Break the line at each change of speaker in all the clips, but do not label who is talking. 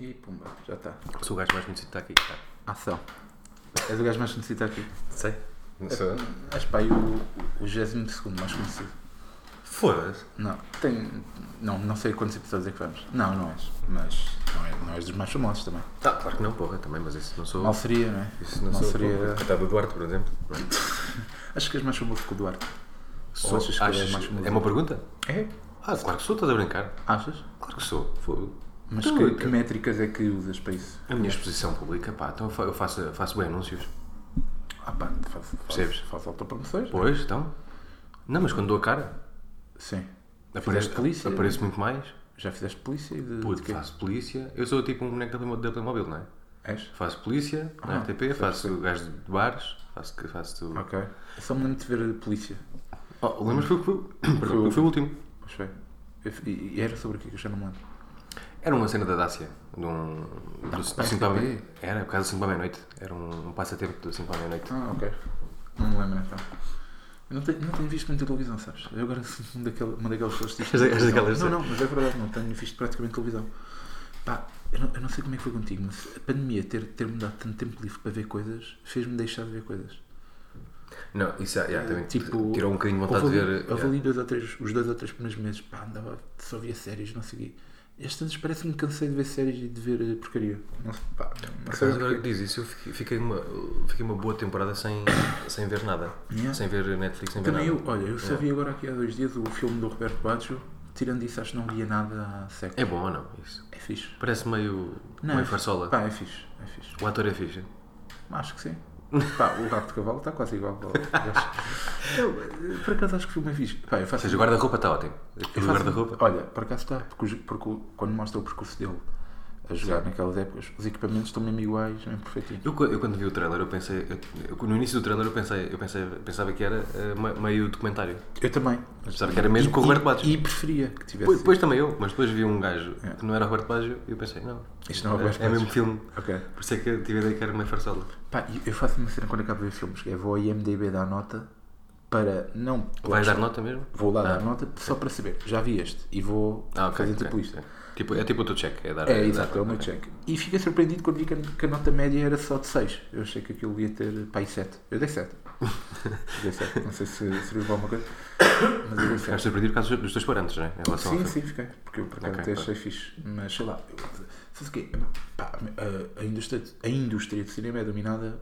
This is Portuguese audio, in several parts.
E pumba, já tá. está.
Sou o gajo mais conhecido que está aqui. Tá.
Ação. És o gajo mais conhecido aqui.
Sei. Não sou.
Acho pá, aí o, o 22 mais conhecido.
Foda-se.
Não, tem. Não, não sei quantos episódios é que vamos. Não, não és. Mas não, é, não és dos mais famosos também.
Tá, claro que não, porra, também, mas isso não sou.
Mal seria, não é?
isso não,
mal
sou.
seria-
Seria... Coitado do Duarte, por exemplo. Não é?
Acho que és mais famoso que o Duarte.
Sou,
achas que
achas-
é mais famoso?
é uma pergunta?
É?
Ah, claro que sou, estás a brincar.
Achas?
Claro que sou. Fogo.
Mas
Então,
que,
eu-
que métricas é que usas para isso?
A minha exposição pública, pá, então eu fa- eu faço, eu faço bem anúncios.
Ah pá, faz, faz,
Percebes?
faz autopromoções?
Pois, então. Não, mas quando dou a cara,
Sim.
apareço,
Fizeste polícia,
apareço muito mais.
Já fizeste polícia e de.
Puto,
de quê?
faço polícia. Eu sou tipo um boneco da Playmo- da Playmobil, não é?
És?
Faço polícia
Ah,
na RTP, faço gajo de bares, faço. faço
Ok. Eu só me lembro de ver a polícia.
Oh, lembras que eu fui,
Foi o
fui, fui o último?
Pois foi. Eu f- E e era sobre o quê que eu já não me lembro?
Era uma cena da Dácia, de um. Do, do 5 para a meia. Era, por causa do 5 para a meia-noite. Era um, um passatempo do 5 para a meia-noite.
Ah, ok. Não me lembro então. Eu não tenho, não tenho visto muita televisão, sabes? Eu agora sou um daquele, uma daquelas pessoas que diz que
És da- és
televisão-
daquelas,
Não,
é?
não, mas é verdade, não tenho visto praticamente televisão. Pá, eu não, eu não sei como é que foi contigo, mas a pandemia ter, ter-me dado tanto tempo livre para ver coisas fez-me deixar de ver coisas.
Não, isso é, yeah, também
Tipo,
tirou um bocadinho de vontade
Houve
de
ali-
ver. é.
Houve
yeah.
ali dois ou três, os dois ou três primeiros meses, pá, andava, só via séries, não sei o quê. Estes anos parece-me que cansei de ver séries e de ver eh, porcaria. Não, sei, pá, não
Por
sei o
acaso,
é
agora
porquê.
que diz isso, eu fiquei, fiquei uma, fiquei uma boa temporada sem, sem ver nada.
Yeah.
Sem ver Netflix, sem ver
Também
nada.
eu, olha, eu só vi agora aqui há dois dias o filme do Roberto Baggio, tirando isso acho que não via nada há séculos.
É bom ou não? Isso.
É fixe.
Parece meio.
Não, é
meio
fixe.
farsola.
Pá, é fixe, é fixe.
O ator é fixe.
Acho que sim. Pá, o gato de cavalo está quase igual. ao- eu, por acaso acho que o filme é fixe. Pá, eu
Ou
faço...
seja, o guarda-roupa está ótimo.
eu
O
faço- assim,
guarda-roupa.
Olha, por acaso está, porque, os- porque o- quando mostra o percurso dele a jogar naquelas épocas, os equipamentos estão mesmo iguais, mesmo perfeitinho.
Eu, co- eu quando vi o trailer, eu pensei. eu- eu- no início do trailer, eu pensei, eu pensei, pensava que era eh, me- meio documentário.
Eu também.
Pensava que era mesmo com o Roberto Baggio.
E, e preferia que tivesse.
Pois, pois também eu, mas depois vi um gajo que não era Roberto Baggio e eu pensei, não,
É. Isto não é Roberto
é
Baggio.
mesmo filme.
Ok.
Por isso é que eu tive a ideia que era meio farsola.
Pá, eu- eu faço uma cena quando acabo de ver filmes, que é vou ao IMDB dar nota para. Não.
Vais dar nota mesmo?
Vou lá dar nota só para saber. Já vi este e vou
Ah, ok.
fazer
ok.
tipo isto.
Tipo, é tipo o teu check, é dar
É,
dar-
exato, é o meu check. E fiquei surpreendido quando vi que a, que a nota média era só de 6. Eu achei que aquilo ia ter pá, 7. Eu dei 7. dei 7. Não sei se serviu para alguma coisa. Mas eu dei 7.
Ficaste surpreendido por causa dos teus parentes, né? Em relação
Sim,
ao
sim, fiquei. Porque eu por acaso
Ok,
até
pá.
achei fixe. Mas sei lá, eu, sabes o quê? Pá, a, a indústria, a indústria do cinema é dominada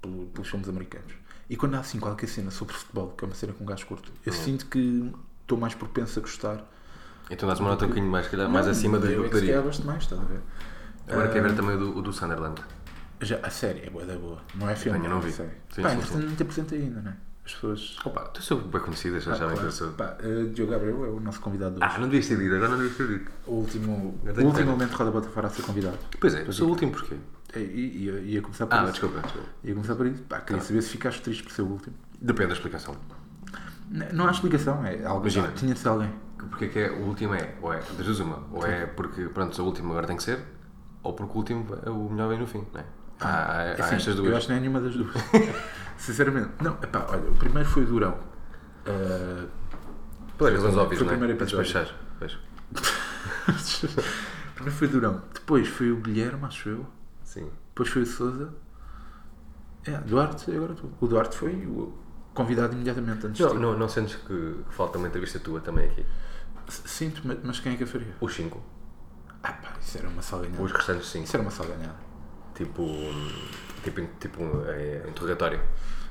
pelo- pelos filmes americanos. E quando há assim qualquer cena sobre futebol, que é uma cena com um gajo curto,
Hum.
eu sinto que estou mais propenso a gostar.
filme. Então dás uma nota um bocadinho mais, se calhar, mais
Não,
acima do
eu
do
é
que
que se calhar ah,
daria.
gosto mais, estás a ver?
Agora quero ver também o do, o do Sunderland.
Já, a série é boa da boa. Não é filme.
ainda não
é
vi.
série.
Sim,
Pá,
sim,
entretanto, não te apresentei ainda, não é? As pessoas.
Opa, tu sou bem conhecida,
Ah,
já sabem que eu sou.
Pá, eh, Diogo Gabriel é o nosso convidado de hoje.
Ah, não devias ter dito, agora não devias ter dito.
O último,
Eu
o
tenho
último
pena.
momento de Roda Bota fará ser convidado.
Pois é, sou o último porquê?
E, e, e ia começar por
Ah,
isso.
desculpa, desculpa.
Ia começar por isso. Pá, queria
Tá.
saber se ficaste triste por ser o último.
Depende da explicação.
N- Não há explicação, é algo.
Imagina.
Ah, Tinha de ser alguém.
Porque é que é o último é, ou é das duas uma, ou é porque pronto, o último agora tem que ser, ou porque o último é o melhor vem no fim, não é? Há, há, há
Assim,
estas
Eu
duas.
acho que não é nenhuma das duas. Sinceramente. Não, epá, olha, o primeiro foi o Durão. Ah,
Pelas razões óbvias,
foi o
não é?
primeiro episódio.
Despachar, pois.
primeiro foi o Durão. Depois foi o Guilherme, acho eu.
Sim.
Depois foi o Souza. É, Duarte, e agora tu. O Duarte foi o convidado imediatamente antes
Não,
de ti.
não, não sentes que falta uma entrevista tua também aqui?
S- Sinto, mas- mas quem é que a faria?
Os cinco.
Ah pá, isso era uma sala ganhada.
Os restantes cinco.
Isso era uma sala ganhada.
Tipo. hum, Tipo, tipo um, é, interrogatório.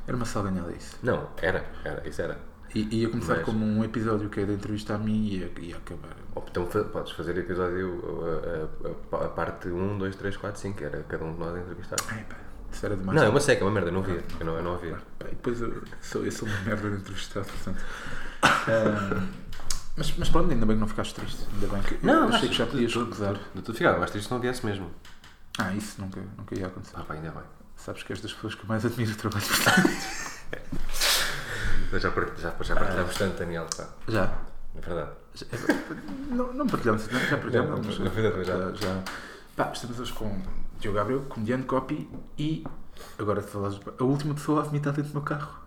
Era uma sala ganhada isso.
Não, era, era, isso era.
E ia começar
Mas-
como um episódio que é da entrevista a mim e ia, ia acabar.
Ou então fa- podes fazer episódio uh, a, a, a parte 1, 2, 3, 4, 5, era cada um de nós a entrevistar.
Ai pá, isso era demais.
Não, é uma seca, é uma merda, eu não via. Eu não, eu não via.
Pá, e depois eu sou, eu sou uma merda de entrevistado, portanto. Ahm, mas, mas pronto, ainda bem que não ficaste triste. Ainda bem que. eu achei que já podias recusar.
Tu ficava mais triste se não viesse mesmo.
Ah, isso nunca, nunca ia acontecer.
Ah, pá, ainda bem.
Sabes que és das pessoas que eu mais admiro o trabalho.
Mas Já, part- já, já partilhámos tanto, Daniel, pá.
já.
É verdade.
Já- não, não partilhamos, não, já
Não,
partilhamos.
mas-
mas-
mas já-
já, já. Pá, estamos hoje com Diogo Gabriel, comediante copy e agora te falas, a última pessoa a vomitar dentro do meu carro.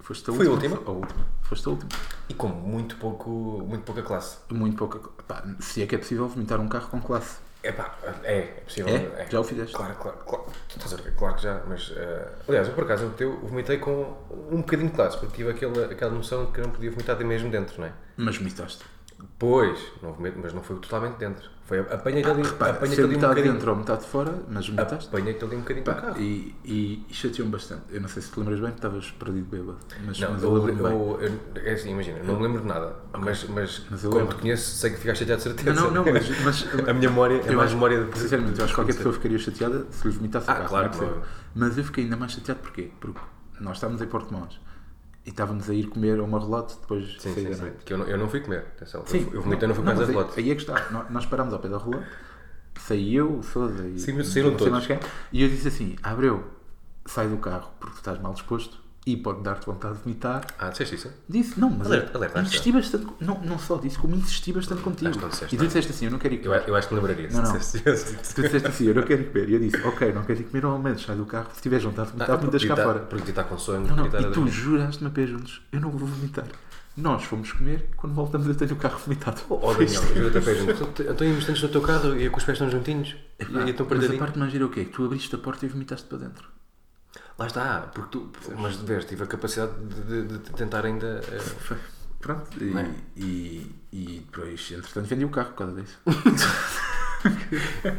Foste a
Fui a
última.
última.
A última. Foste a última.
E com muito, pouco, muito pouca classe.
Muito pouca. Pá, se é que é possível vomitar um carro com classe.
É pá, é, é possível.
É? Já o fizeste?
Claro, claro, claro. Tu estás a ver, claro que já, mas. eh, aliás, eu por acaso, eu vomitei com um bocadinho de classe, porque tive aquela, aquela noção de que não podia vomitar de mesmo dentro, não é?
Mas vomitaste.
Pois, não vomito, mas não foi totalmente dentro. Foi apanhei-te ali,
Repara,
apanhei-te
ser
ali um
metade
bocadinho.
dentro ou metade fora, mas vomitaste.
Apanhei-te ali um bocadinho do
Pá,
carro.
e e, e chateou-me bastante. Eu não sei se te lembras bem, que estavas perdido bêbado. Mas,
Não,
mas eu
eu,
lembro-me bem.
eu, eu- é assim, imagina, não me lembro de nada, mas, mas,
Mas eu
como
lembro.
te conheço, sei que ficaste chateado de certeza.
Não, não, mas. mas
A minha memória é
Eu
mais
acho-
memória de.
Sinceramente, eu acho que qualquer pessoa ficaria chateada se lhe vomitasse
Ah,
o carro.
claro,
não é possível.
claro.
Mas eu fiquei ainda mais chateado porquê? Porque nós estávamos em Porto de Mãos e estávamos a ir comer uma relote depois de
Sim,
sair
sim,
da
sim.
noite.
Que eu não, eu não fui comer, atenção. eu, eu vomitei, não, fui mais a
mas aí-
relote.
Aí é que está. Nó- Nós parámos ao pé da relote, saí eu, o Sousa e.
Sim, mas saíram
não sei mais quem, E eu disse assim: Abreu, sai do carro porque tu estás mal disposto e pode dar-te vontade de vomitar.
Ah, disseste isso?
Disse, não, mas
Alerta, alerta,
insisti bastante, co- não, não só disse, como insisti bastante contigo.
que não disseste
e tu disseste assim, eu não quero ir
Eu, é-
comer.
eu acho que lembraria.
Não, não.
Se disseste isso.
Tu disseste assim, eu não quero ir comer. E eu disse, ok, não quero ir comer, ao menos sai do carro, se tiveres vontade de vomitar, vomitas
Podia
cá
estar-
fora.
Porque tá está com sono,
Não,
podia estar a
e tu
dormir.
juraste-me a pé juntos, eu não vou vomitar. Nós fomos comer, quando voltamos eu tenho o carro vomitado.
Oh, Daniel, eu até pego. Então, Então íamos tantos no teu carro e com os pés tão juntinhos e, e estão
mas a
perdidinhos.
parte mais gira é o quê? Que tu abriste a porta e vomitaste para dentro.
Lá está, porque tu. Mas vês, tive a capacidade de, de- de tentar ainda. eh,
Foi. Pronto, e,
Bem.
e, e depois, entretanto, vendi o carro por causa disso.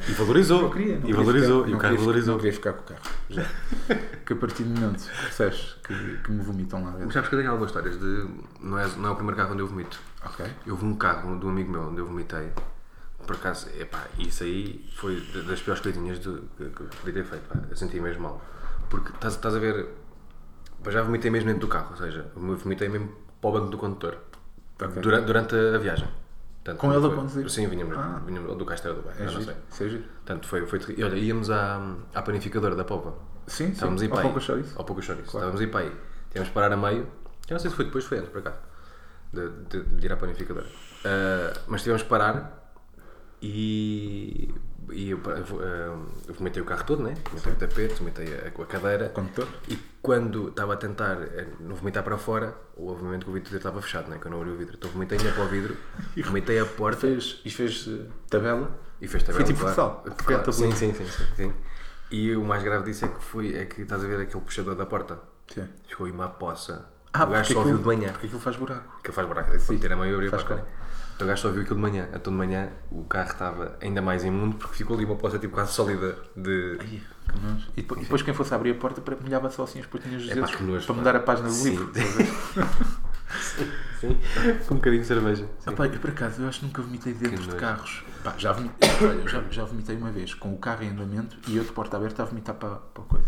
E valorizou.
Não queria, não
e
queria
valorizou.
ficar-
e
não
o carro
queria- Não
valorizou.
queria ficar com o carro, já. que a partir do momento, percebes, que, que me vomitam lá dentro.
Mas sabes que eu tenho algumas histórias de. Não é, não é o primeiro carro onde eu vomito.
Ok.
Eu vi um carro de um amigo meu onde eu vomitei. Por acaso, epá, isso aí foi da- das piores coisinhas de, que, que eu podia ter feito. Pá. Eu senti mesmo mal. Porque estás, estás a ver. pá, Já vomitei mesmo dentro do carro, ou seja, eu vomitei mesmo para o banco do condutor.
Ok.
Dura- Durante, a a viagem. Portanto,
Com ele a
foi-
conduzir?
Sim, vinhamos,
Ah.
vinhamos do Castelo do Bairro,
É
eu não
giro,
sei.
isso é giro.
Portanto, foi, foi terrível. E olha, íamos à, à panificadora da Pova.
Sim,
Estávamos
sim.
aí para
Há
aí.
pouco achou isso.
Ao pouco achou isso. Estávamos aí para aí. Tivemos de parar a meio. Já não sei se foi depois, foi antes, por acaso. De, de- de ir à panificadora. Ah, mas tivemos de parar e. E eu, pa- vo- ah, eu vomitei o carro todo, né? Vomitei o tapete, vomitei a, a cadeira.
Condutor?
E quando estava a tentar eh, não vomitar para fora, houve um momento que o vidro estava fechado, né? Que eu não abri o vidro. Então vomitei ainha para o vidro, vomitei a porta
Fez, e fez eh, tabela.
e fez tabela.
Foi tipo
claro.
futsal.
Claro,
Foi a tabela.
Sim, sim, sim, sim, sim. E o mais grave disso é que foi, é que estás a ver aquele puxador da porta.
Sim.
Ficou aí uma poça.
Ah,
o gajo
porque
só viu
aquilo-
de manhã.
Porque aquilo faz buraco.
Que faz buraco, para ter a maior e
Faz
para Então o gajo só viu aquilo de manhã. Então de manhã o carro estava ainda mais imundo porque ficou ali uma poça tipo quase sólida de.
Ai, que nojo. E depois, depois quem fosse abrir a porta para- molhava só assim as pontinhas dos
Epá,
dedos
que nojo,
para
pá.
mudar é a página do
Sim.
livro.
Sim, com um bocadinho de cerveja. Sim.
Ah, pá, eu por acaso eu acho que nunca vomitei dentro de
nojo.
carros. Pá, já, vomitei, olha, eu já, já vomitei uma vez com o carro em andamento e eu de porta aberta a vomitar para, para a coisa.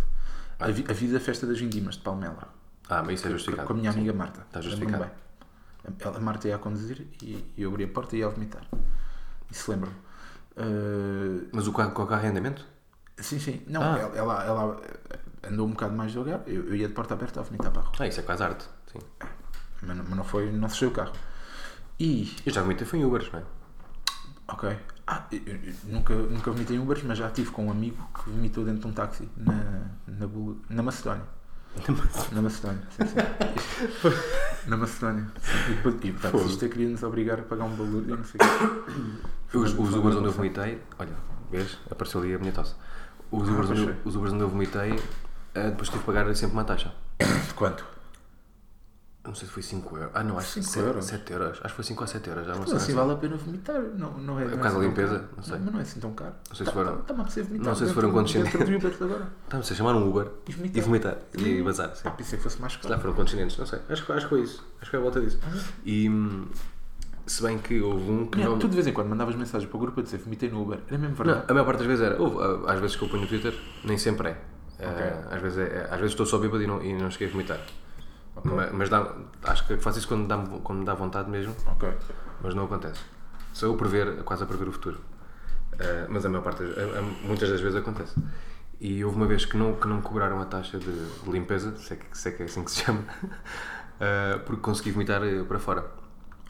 A, vi, a vida festa das vindimas de Palmela.
Ah, mas isso é justificado.
Com a minha amiga Marta.
Está
Lembro-me
justificado.
bem. Ela- A Marta ia a conduzir e eu abri a porta e ia a vomitar. Isso lembro-me. Ah,
Mas o carro, com o carro em andamento?
Sim, sim. Não,
Ah.
ela, ela, ela, eh, andou um bocado mais devagar. Eu, eu ia de porta aberta a vomitar para a rua.
Ah, isso é quase arte. Sim.
Mas, não- mas não foi, não fechei o carro. E,
Eu já vomitei foi em Ubers, não é?
ok. Ah, eu- eu- eu nunca, nunca vomitei em Ubers, mas já estive com um amigo que vomitou dentro de um táxi na, na, Bul- na Macedónia. Na Macedónia, sim, sim. na Macedónia. sim. E depois, e o taxista queria nos obrigar a pagar um balúrdio, não sei o quê.
Os, os Ubers onde eu vomitei, olha, vês? Apareceu ali a minha tosse. Os Ubers, onde,
Ah, pois é.
eu- os Ubers onde eu vomitei, eh, depois tive que pagar sempre uma taxa.
De quanto?
Não sei se foi 5 euros. Ah, não, acho que
Cinco
7
euros?
euros. Acho que foi 5 ou 7 euros. Já não, sei,
assim
não,
vale a pena vomitar, não, não é. não assim
por causa da
tão
limpeza,
caro.
não sei.
Mas não é assim tão caro.
sei se foram-
Está-me a apetecer vomitar.
não sei se
dentro
foram
do- dentro do
condescendentes.
Uber de agora.
Estava a chamar um Uber
E
e
vomitar.
vomitar. E bazar, sim.
Pá, pensei que fosse mais
Lá
caro.
foram continentes, não sei. Acho, que- acho que foi isso. Acho que foi à volta disso. E. hum, Se bem que houve um que
Não,
não.
tu de vez em quando mandavas mensagem para o grupo a dizer vomitei no Uber. Era mesmo
Não,
verdade.
a maior parte das vezes era. Houve, ah, às vezes que eu ponho no Twitter, nem sempre é. Ah, às, vezes é- é- às vezes estou só bêbado e não, e não cheguei a vomitar. Ma- Mas, dá- acho que faço isso quando, dá, quando me dá vontade mesmo,
Ok.
mas não acontece. Sou eu a prever, quase a prever o futuro. Ah, mas a maior parte, das- a- a- muitas das vezes acontece. E houve uma vez que não, que não me cobraram a taxa de limpeza, se é que, se é, que é assim que se chama, ah, porque consegui vomitar eh, para fora.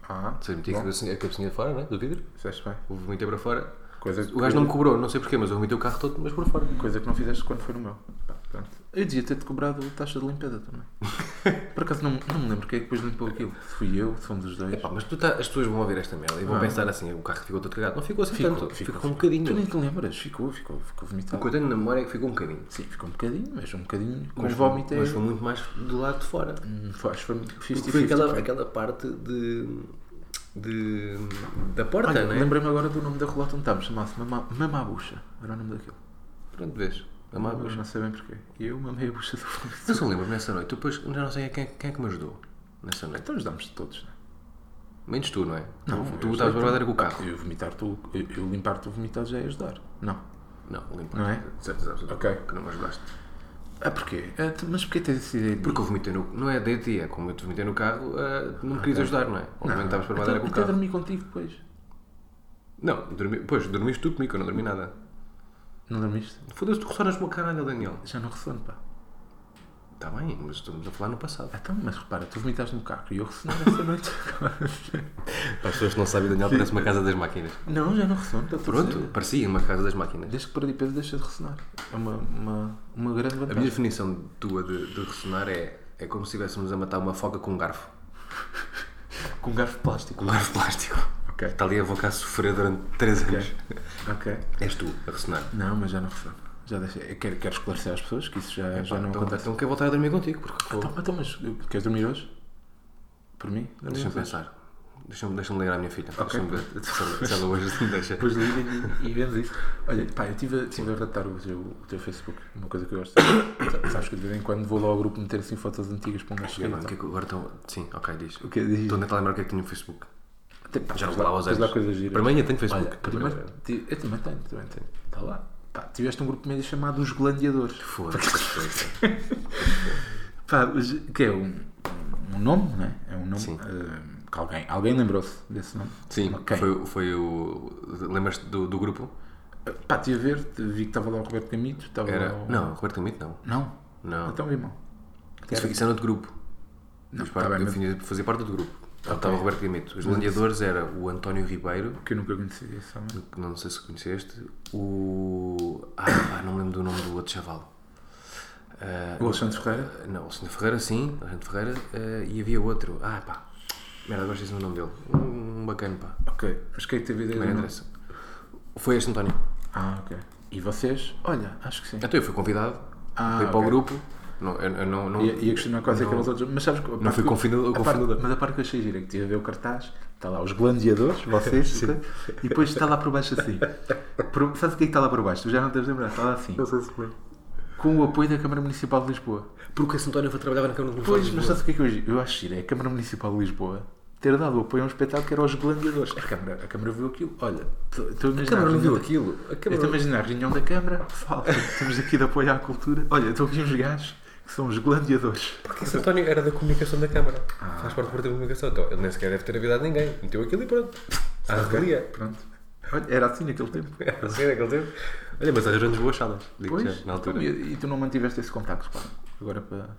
Ah,
Ou seja, meti a cabecinha, a cabecinha fora, né, do vidro,
fizeste bem.
vomitei para fora.
Coisa,
O gajo não me cobrou, não sei porquê, mas eu vomitei o carro todo, mas por fora.
coisa que não fizeste quando foi no meu. Pronto. Eu devia ter-te cobrado a taxa de limpeza também. Por acaso não, não me lembro quem é que depois limpou aquilo. Se fui eu, se fomos os dois.
Epá, mas tu tá- as pessoas vão ouvir esta merda e vão
Ah.
pensar assim: o carro ficou todo cagado. Não ficou assim
Ficou,
tanto,
ficou,
ficou um
ficou.
bocadinho.
Tu nem te lembras? Ficou, ficou, ficou
O que
vomitado.
eu tenho na memória é que ficou um bocadinho.
Sim, ficou um bocadinho, mas um bocadinho.
Mas
Mas
foi-
vómito é.
Mas foi muito mais do lado de fora.
Hum, foi- Acho que foi
Porque
50
foi aquela, aquela parte de, de- da porta,
Olha,
não é?
lembrei-me agora do nome da relota onde estávamos, chamava-se Mama- Mamabucha. Era o nome daquilo.
Pronto, vês. É A má
Mamabucha. Não sei bem porquê. E eu mamei a bucha do
Eu
vômito.
só lembro nessa noite. Depois, já não sei quem, quem é que me ajudou nessa noite.
Então ajudámos todos, né?
Menos tu, não é? Tu-
eu
tu estavas
ajudei
a
também.
com o carro.
Eu vomitar, tu, eu, eu limpar, tu vomitar já é ajudar. Não.
Não, limpa.
Não é?
De certeza absoluta
Ok.
que não me ajudaste.
Ah, porquê? Ah, tu- mas porquê tens essa ideia de
Porque eu vomitei no. Não é da ti, é como eu te vomitei no carro, ah, não me querias ajudar, não é? Obviamente estavas para
até,
Madeira com o
até
carro.
dormi contigo depois.
Não, dormi, pois, dormiste tu comigo, eu não dormi nada.
Não dormiste?
Foda-se, tu ressonas-me uma caralho, Daniel.
Já não ressono, pá.
Está bem, mas estamos a falar no passado.
Então, mas repara, tu vomitaste no carro e eu ressono essa noite.
Para as pessoas que não sabem, Daniel parece uma casa das máquinas.
não, já não ressono. está
tá
tudo
Pronto,
certo.
parecia uma casa das máquinas.
Desde que perdi peso, deixa de ressonar. É uma, uma, uma grande
A
vantagem.
minha definição tua de, de ressonar é, é como se estivéssemos a matar uma foca com um garfo.
Com garfo de plástico.
Com um garfo plástico.
Ok.
Está ali a vocar a sofrer durante 3 anos.
Ok.
És tu a ressonar.
Não, mas já não ressono. Já deixei. Eu quero, quero esclarecer às pessoas que isso já, já não
então,
acontece.
então quer voltar a dormir contigo, porque pô,
Então, então, mas eh, queres dormir hoje? Por mim?
Deixa-me pensar. Deixa-me deixa ligar à minha filha. Deixa-me ver se ela- se ela hoje me deixa.
Depois liga e, e vemos isso. Olha, pá, eu estive a tratar o teu, o teu Facebook, uma coisa que eu gosto. Sa- Sabes que de vez em quando vou lá ao grupo meter assim fotos antigas para um gajo
Mano,
seguir.
o que é que agora estão. Sim, ok, diz.
O que é diz?
Estou a tentar lembrar o que é que tinha no Facebook.
Tem- pá,
Já não
tens
vou lá aos
tens
anos.
lá coisas giras.
Para mim, eu tenho Facebook.
Olha, primeiro, ti- eu também tenho, também tenho. Está lá. Pá, tiveste um grupo de média chamado Os Glandeadores.
Foda-se.
Pá, os- que é um, um nome, não é? É um nome
Sim.
eh, que alguém, alguém lembrou-se desse nome.
Sim,
Ok.
foi, o- foi o. Lembras-te do, do grupo?
Pá, estive a ver, vi que estava lá o Roberto Camito, estava
Era.
lá o...
Não, Roberto Camito não.
Não?
Não.
Então, irmão.
Isso, isso era outro grupo.
Não,
Fiz parte-
tá bem,
eu
mas-
fiz- fazia parte do grupo. Onde Estava o Roberto Gamito. Os landeadores era o António Ribeiro,
Que eu nunca conheci é esse homem.
que não sei se conheceste, o. Ah, pá, não me lembro do nome do outro chaval. Ah,
O Alexandre Ferreira?
ah, não, o Alexandre Ferreira, sim, o Alexandre Ferreira, ah, e havia outro. Ah, pá, merda, agora esqueci o nome dele. Um, um bacana, pá,
Ok. Mas quem é teve a ideia
não
do nome?
interessa. Foi este António.
Ah, ok. E vocês? Olha, acho que sim.
Então eu fui convidado,
Ah,
fui para o
ok.
grupo, não, eu, eu não, não, é
E e a questionar quase aqueles outros. Mas sabes que. Não
fui confundidor- confundidor.
Mas a parte que eu achei gira, é que tive a ver o cartaz, está lá os glandeadores, vocês, ok? e depois está lá por baixo assim. Por, sabes o que é que está lá por baixo? Tu já não deves lembrar, está lá assim.
sei se lembro.
Com o apoio da Câmara Municipal de Lisboa.
Porque esse António foi trabalhar na Câmara de
Pois, mas sabes o que é que eu, eu acho giro? É a Câmara Municipal de Lisboa ter dado apoio a um espetáculo que era os glandeadores. A Câmara, a Câmara viu aquilo. Olha, estou a imaginar.
A Câmara não
reunião
viu
da-
aquilo. A
Eu
Câmara
estou a imaginar a reunião da Câmara, pessoal, temos aqui de apoio à cultura. Olha, estão aqui uns gajos que são os glandeadores.
Porque esse António era da comunicação da Câmara. Faz parte do Partido de Comunicação. Então ele nem sequer deve ter avisado ninguém. Meteu aquilo e pronto. À revelia.
Pronto. Olha, era assim naquele tempo.
Não sei daquele tempo. Olha, mas arranjou-nos boas salas. Digo
Pois,
já, É. na altura.
então, e, e tu não mantiveste esse contacto, claro. Agora para.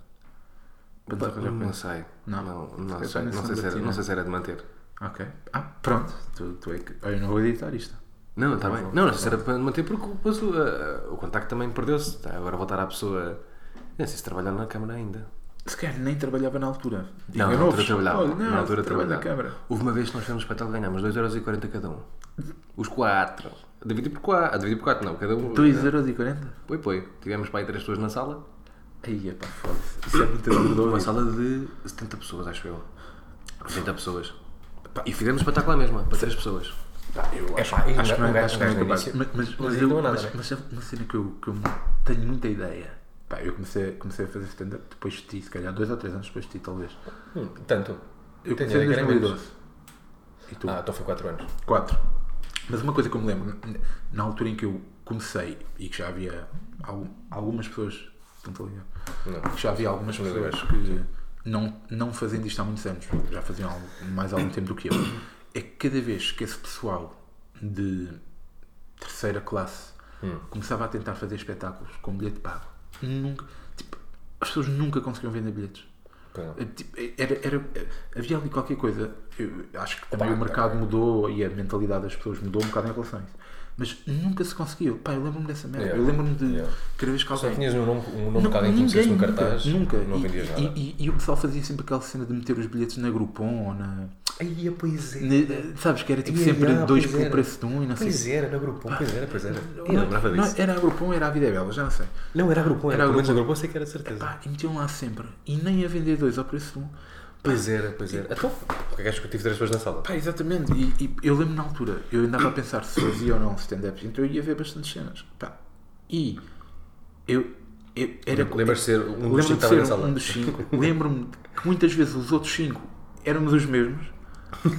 para nos arranjar
Não
coisas.
sei.
Não.
não,
Eu
não sei.
também
Não
sou
sei, se era,
latina.
não sei se era de manter.
Ok. Ah, pronto. Tu, tu é que. Olha, eu não vou editar isto.
Não, está bem. Não, não sei se era de manter porque depois o, a- o contacto também perdeu-se. Tá, agora voltar à pessoa. Não sei se trabalhar na Câmara ainda.
Se calhar nem trabalhava na altura.
Não,
Eu
na altura
ouço.
trabalhava.
Olha, não,
na altura
trabalho na
trabalhava.
Câmara.
Houve uma vez que nós fizemos espetáculo e ganhámos 2,40€ cada um. Os quatro. A dividir por quatro. A dividir por quatro, não. Cada um.
2,40€?
Foi, foi. Tivemos para aí três pessoas na sala.
Aí, pá, foda-se. Isso é muito dor.
Uma sala de 70 pessoas, acho eu. 90 pessoas. Pá, E fizemos espetáculo à mesma, para três pessoas.
Eu acho,
pá, e
acho que
um
não é
gajo-
acho
um
que não é
gajo
capaz.
no início-
Mas, mas,
Mas
mas,
aí
eu-
não é nada,
mas,
né?
mas é uma cena que eu, que eu tenho muita ideia. Pá, eu comecei, comecei a fazer stand-up depois de ti, se calhar dois ou três anos depois de ti, talvez.
tanto.
Eu comecei em 2012. E tu?
então foi 4 anos.
Quatro. Mas uma coisa que eu me lembro, n- na altura em que eu comecei e que já havia algum- algumas pessoas. Estão a ligar?
Não. é
Que já havia algumas pessoas que não, não fazendo isto há muitos anos, já faziam algo- mais há algum tempo do que eu. É que cada vez que esse pessoal de terceira classe
Hum.
começava a tentar fazer espetáculos com bilhete pago, nunca, tipo, as pessoas nunca conseguiam vender bilhetes.
Pois não.
Tipo, Era, era, havia ali qualquer coisa. Eu acho que também
Pá,
o mercado mudou e a mentalidade das pessoas mudou um bocado em relação a isso. Mas nunca se conseguiu. Pá, eu lembro-me dessa merda.
Yeah.
Eu lembro-me de
Yeah.
cada vez que
Só
alguém.
tinhas um nome, um
Não,
nome cada em que tu meteste no cartaz,
nunca, nunca.
não
E-
vendias
e,
nada.
e- e o pessoal fazia sempre aquela cena de meter os bilhetes na Groupon ou na.
Aí, pois é.
na- sabes que era tipo
Ia,
sempre
ia,
dois
pois
pelo
era.
preço de um e não sei.
Pois era, na Groupon, pois era, pois era. Eu
Não,
lembrava
não,
disso.
era a Groupon, era a Vida é Bela, já não sei.
Não, era a Groupon,
Era
era
a
pelo menos a
Groupon.
Groupon, sei que era de certeza.
Pá, e metiam lá sempre. E nem a vender dois ao preço de um.
Pois era, pois era. Então, porque é que acho que eu tive três pessoas na sala?
Pá, exatamente. E, e eu lembro na altura, eu andava a pensar se fazia ou não stand-ups, então eu ia ver bastantes cenas. Pá. E eu. eu era,
Lembras de ser um dos
lembro-me de
cinco que estava na
ser
sala?
um dos cinco. Lembro-me que muitas vezes os outros cinco éramos os mesmos.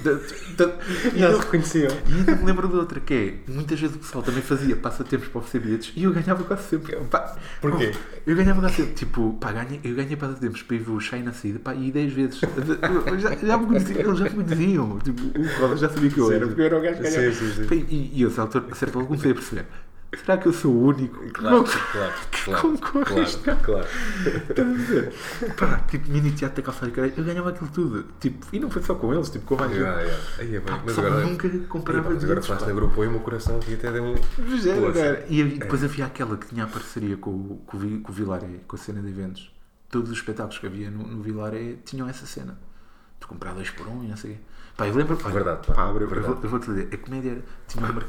Da- da- e eu-
reconheciam.
E ainda me lembro de outra, que é, muitas vezes o pessoal também fazia passatempos para oferecer bilhetes e eu ganhava quase sempre. Pá,
Porquê?
Eu ganhava quase sempre, tipo, pá, ganhei, eu ganhei passatempos para ir ver o Shai na saída, pá, e 10 vezes. Já, já me conheciam, eles já me conheciam. Tipo, o Roda já sabia que eu era, porque eu era o gajo que ganhava.
Sim, sim, sim.
Pá, E, e eu, a certa altura, comecei a perceber, será que eu sou o único? que
Claro,
não-
claro, claro.
Como corre isto?
Claro, claro.
Pá, tipo, mini teatro da calçada de caralho, eu ganhava aquilo tudo. Tipo, e não foi só com eles, tipo, com mais gente.
Yeah, yeah. Aí, é bem,
Pá,
mas
só
agora,
nunca
Aí, pá,
comprava
mas agora
bilhetes,
falaste
pá.
na Groupon e o meu coração aqui até deu um...
Género,
Poça.
cara. E havia- depois havia aquela que tinha a parceria com, o- com, o Vi- com o Vilaré, com a cena de eventos. Todos os espetáculos que havia no, no Vilaré tinham essa cena. De comprar dois por um e não sei o quê. Pá, eu lembro. olha,
É Verdade, pá,
eu-
verdade.
Eu, vou, te dizer, a comédia, era- tinha, um mer-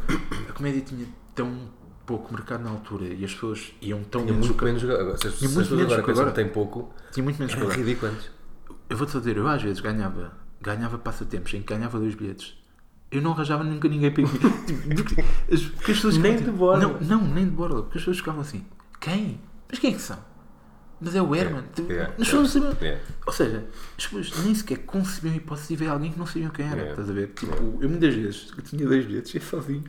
a comédia tinha tão pouco mercado na altura e as pessoas iam tão
Tinha
menos do
muito É
que-
menos... agora, Se as se
Tinha muito
as pessoas
menos
agora
que
pensam que
agora.
tem pouco,
Tinha muito menos que
era
agora.
ridículo antes.
Eu vou-te dizer, eu às vezes ganhava, ganhava passatempos em que ganhava dois bilhetes. Eu não arranjava nunca ninguém para ir. Tipo, porque as- porque as pessoas ficavam,
Nem de
tipo,
borla.
Não, não, nem de borla. Porque as pessoas ficavam assim: quem? Mas quem é que são? Mas é o Herman. Tipo,
yeah,
as pessoas
é,
não sabiam.
yeah.
Ou seja, as pessoas nem sequer concebiam a hipótese de ver alguém que não sabiam quem era.
Yeah.
Estás a ver? Tipo, eu muitas vezes eu tinha dois bilhetes, ia sozinho.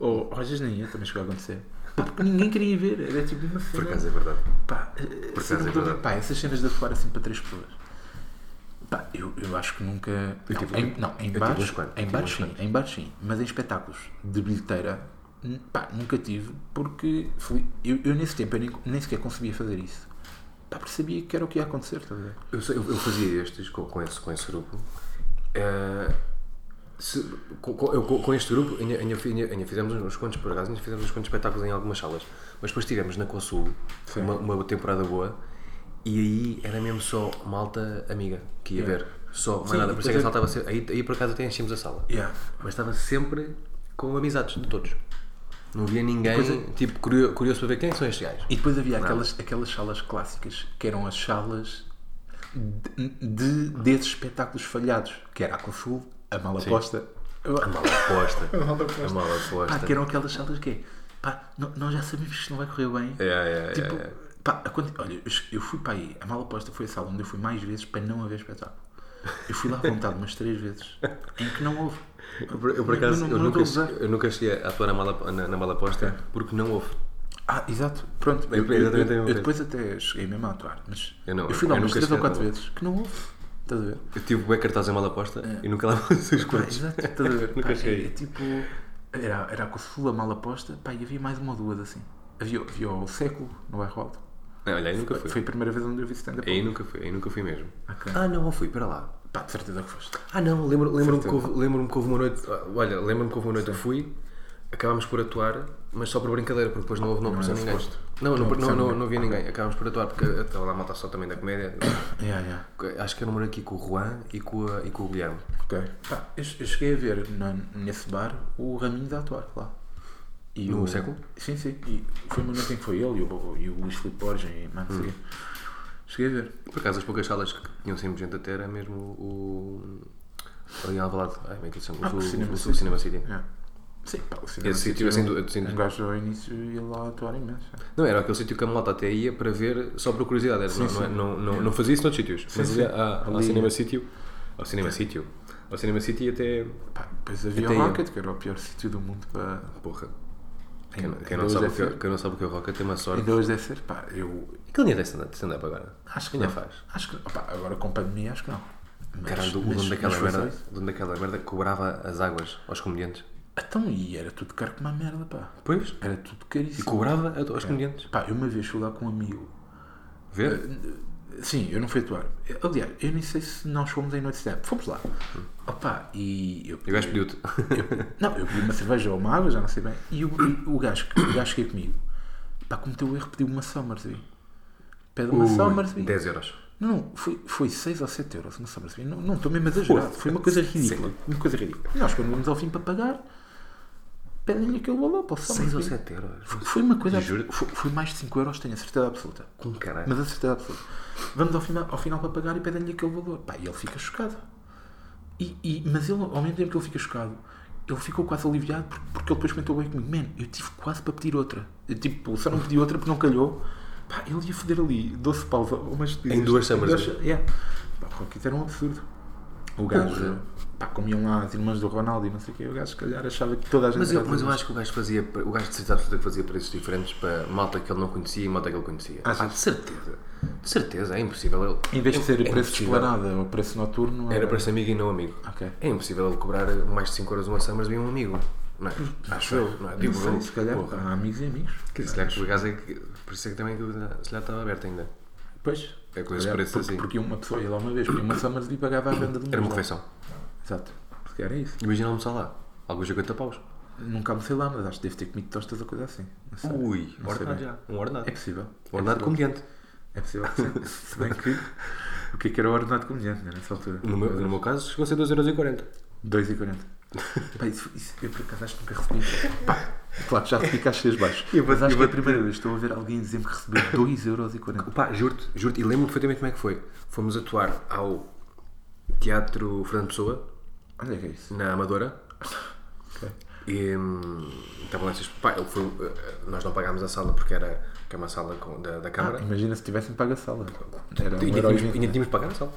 Ou ou às vezes nem ia, também chegou a acontecer. Pá, Porque ninguém queria ir ver. Era tipo uma
Por
cena.
acaso é verdade.
Pá, eh,
acaso é
cenas de-
verdade.
pá, essas cenas de atuar assim para três pessoas. Pá, eu, eu acho que nunca. não,
tive- um
em, não, em
tive
bares,
uns quantos,
em
tive
bares
uns
sim, em bares sim, mas em espetáculos de bilheteira, n- pá, nunca tive, porque fui- eu, eu nesse tempo eu nem, nem sequer conseguia fazer isso. Pá, porque sabia que era o que ia acontecer, estás a ver?
Eu, sei- eu- eu fazia estes com, com esse, com esse grupo. Eh, se- com, com- eu- com- com este grupo, ainda, ainda fi- ainda- ainda fizemos uns quantos, por acaso, ainda fizemos uns quantos espetáculos em algumas salas. Mas depois tivemos na Consul uma, uma temporada boa e aí era mesmo só malta amiga que ia ver. Só, mais
É. Sim,
nada.
e
Por isso é que a
depois
sala estava a ser- aí, aí por acaso até enchemos a sala.
Yeah.
Mas estava sempre com amizades de todos. Não havia ninguém, tipo, curio- curioso para ver quem são estes gajos.
E depois havia aquelas, aquelas salas clássicas, que eram as salas de, de- desses espetáculos falhados, que era a Consul, a Malaposta.
A mala aposta. A mala
Pá,
aposta.
Ah, que eram aquelas salas que é, pá, nó- nós já sabemos que isto não vai correr bem.
Yeah, yeah,
tipo,
yeah, yeah.
pá, a quanti- olha, eu ch- eu fui para aí, a mala posta foi a sala onde eu fui mais vezes para não haver espetáculo. Eu fui lá à vontade umas três vezes em que não houve.
Eu, por- eu, por
Não-
acaso,
não-
eu,
não
nunca,
estou a gozar.
eu nunca cheguei a atuar na mala, na, na mala posta porque não houve.
Ah, exato, pronto.
Eu-
Eu,
eu
eu-
também tenho
eu
uma
depois até cheguei mesmo a atuar, mas
Eu
eu,
não,
fui lá
eu
umas
nunca
três ou
cheguei a
quatro
atuar.
vezes que não houve. Estás a ver?
Eu tive bué cartaz em mala posta e nunca lá pus os
Pá,
curtos.
É. Ah, exato, estás a ver?
Nunca
Pá,
cheguei.
é, é tipo, era, era a Consul, a mala posta, pá, e havia mais uma ou duas assim. Havia, havia o século no bairro alto.
Não, olha, aí nunca fui. É,
Foi a primeira vez onde eu vi stand-up.
Aí nunca fui, aí nunca fui mesmo.
Ok.
Ah, não, não fui, para lá.
Pá, de certeza que foste.
Ah, não, lembro- lembro-me que, houve- lembro-me que houve uma noite. ah, Olha, lembro-me que houve uma noite que fui, acabámos por atuar, mas só por brincadeira, porque depois não houve, não apareceu
era
ninguém.
suposto.
Não, não,
Não
não,
apareceu
não,
ninguém.
não havia ninguém. Acabámos por atuar, porque estava lá a malta só também da comédia.
Yeah, yeah.
Acho que era uma noite aqui com o Juan e com, a- e com o Guilherme.
Ok. Pá, eu, eu cheguei a ver na- nesse bar o Raminhos a atuar lá. E
No
o-
século?
Sim, sim. E foi uma noite em que foi ele e o, e o Luís Filipe Borges e mais não sei o quê.
Hum.
Cheguei a ver.
Por acaso, as poucas salas que tinham sempre gente até era mesmo o. Ali em Alvalade. Ai, como é que eles chamam?
Ah,
o,
o Cinema
o- o
City.
Cinema City.
Yeah. Sim, pá, o cinema
Esse sítio
City,
assim do- do
um
cinema.
gajo ao início ia lá atuar imenso.
Não, era aquele sítio que a malta até ia para ver só por curiosidade. Era, não, é,
sim.
Não, não, não fazia isso noutros sítios. mas ali,
sim.
há- Ao
Ali- né?
Cinema City. Ao Cinema City. Ao Cinema City até.
Pá, depois havia
Até
o
eu.
Rocket, que era o pior sítio do mundo para.
Porra. Quem,
Ainda-
quem
ainda
não
hoje
sabe o
deve
que,
ser.
quem não sabe o que é o Rocket tem uma sorte.
Ainda hoje deve ser, pá, eu
Aquele dia tem stand-up stand-up agora.
acho que
Ainda
não.
faz.
Acho que, opá, agora com pandemia, acho que não. Mas-
Caralho, o
mas-
dono daquela
mas foi só
merda.
isso.
O dono daquela merda cobrava as águas aos comediantes.
Então, e era tudo caro como uma merda, pá.
Pois.
Era tudo
E
caríssimo.
cobrava a- aos comediantes.
Pá, eu uma vez fui lá com um amigo.
Ver?
Sim, eu não fui atuar. Aliás, eu nem sei se nós fomos em noite de cinema. Fomos lá. Opa, e eu
E o gajo pediu-te.
Não, eu pedi uma cerveja ou uma água, já não sei bem. E o, e o gajo, que- o gajo que ia comigo, pá, cometeu o erro, pediu uma Somersby. Pede uma Somersby.
10 euros.
Não, foi, foi 6 ou 7 euros uma Somersby. Não, não estou mesmo exagerado. Foi uma coisa ridícula. Uma coisa ridícula. E nós, quando vamos ao fim para pagar, pedem-lhe aquele valor para o
6 ou
Somersby.
7 euros.
Foi uma coisa.
Juro-te.
Foi, foi mais de 5 euros, tenho a certeza absoluta.
Com caralho.
Mas a certeza absoluta. Vamos ao final, ao final para pagar e pedem-lhe aquele valor. Pá, e ele fica chocado. E, e- mas ele, ao mesmo tempo que ele fica chocado, ele ficou quase aliviado por- porque ele depois comentou bem comigo: Man, eu tive quase para pedir outra. Eu, tipo, só não pedi outra porque não calhou. Pá, ele ia foder ali 12 pausa, umas
Em duas semanas.
Yeah. Pá, o que era um absurdo. O gajo, pá, comiam lá as irmãs do Ronaldo e não sei o quê. O gajo, se calhar, achava que toda a gente
Mas eu,
era
mas eu
das-
acho que o gajo fazia. O gajo de certeza absoluta que fazia preços diferentes para malta que ele não conhecia e malta que ele conhecia.
Achas?
Ah, de certeza. De certeza, é impossível. Ele,
Em vez de
é-
ser
é
preço de
impossível.
esplanada ou preço noturno, é-
Era preço amigo e não amigo.
Ok.
É impossível ele cobrar mais de 5 euros uma Summers de um amigo. Não é? Acho eu. Não é?
Não
Digo
sei,
eu.
se calhar,
Porra.
há amigos e amigos.
Que se calhar que os gajos é que. Por isso é que também que o- se calhar estava aberto ainda.
Pois.
É com esses
Calhar,
preços
porque,
assim.
porque uma pessoa ia lá uma vez, porque uma Summers e pagava a venda de um
Era uma
lugar.
refeição.
Exato. Se calhar é isso.
Imagina almoçar lá. Alguns 50 paus.
Nunca almocei lá, mas acho que deve ter comido tostas ou coisa assim. Não sei.
Ui,
Não sei
ordenado
bem.
já. Um ordenado.
É possível.
Um ordenado de comediante.
É possível. sim. Se bem que. O que é que era o ordenado de comediante, né, nessa altura?
No meu, no meu caso, chegou a ser 2,40€.
2,40. Pá, isso, isso, eu por acaso acho que nunca recebi. Pá, claro que já recebi caixas baixas.
Eu vou-
mas acho
eu
que é a
vou-
primeira vez que estou a ver alguém dizer-me que recebeu 2,40€.
Pá, juro-te, juro-te, e lembro-me perfeitamente como é que foi. Fomos atuar ao Teatro Fernando Pessoa,
Olha que é isso.
na Amadora. E hum, estavam lá esses. Pá, ele foi, eh, nós não pagámos a sala porque era, que é uma sala com- da, da Câmara.
Imagina se tivessem pago a sala. Era Ah, um
E ainda
herói
tínhamos, ainda
mesmo.
tínhamos de pagar a sala.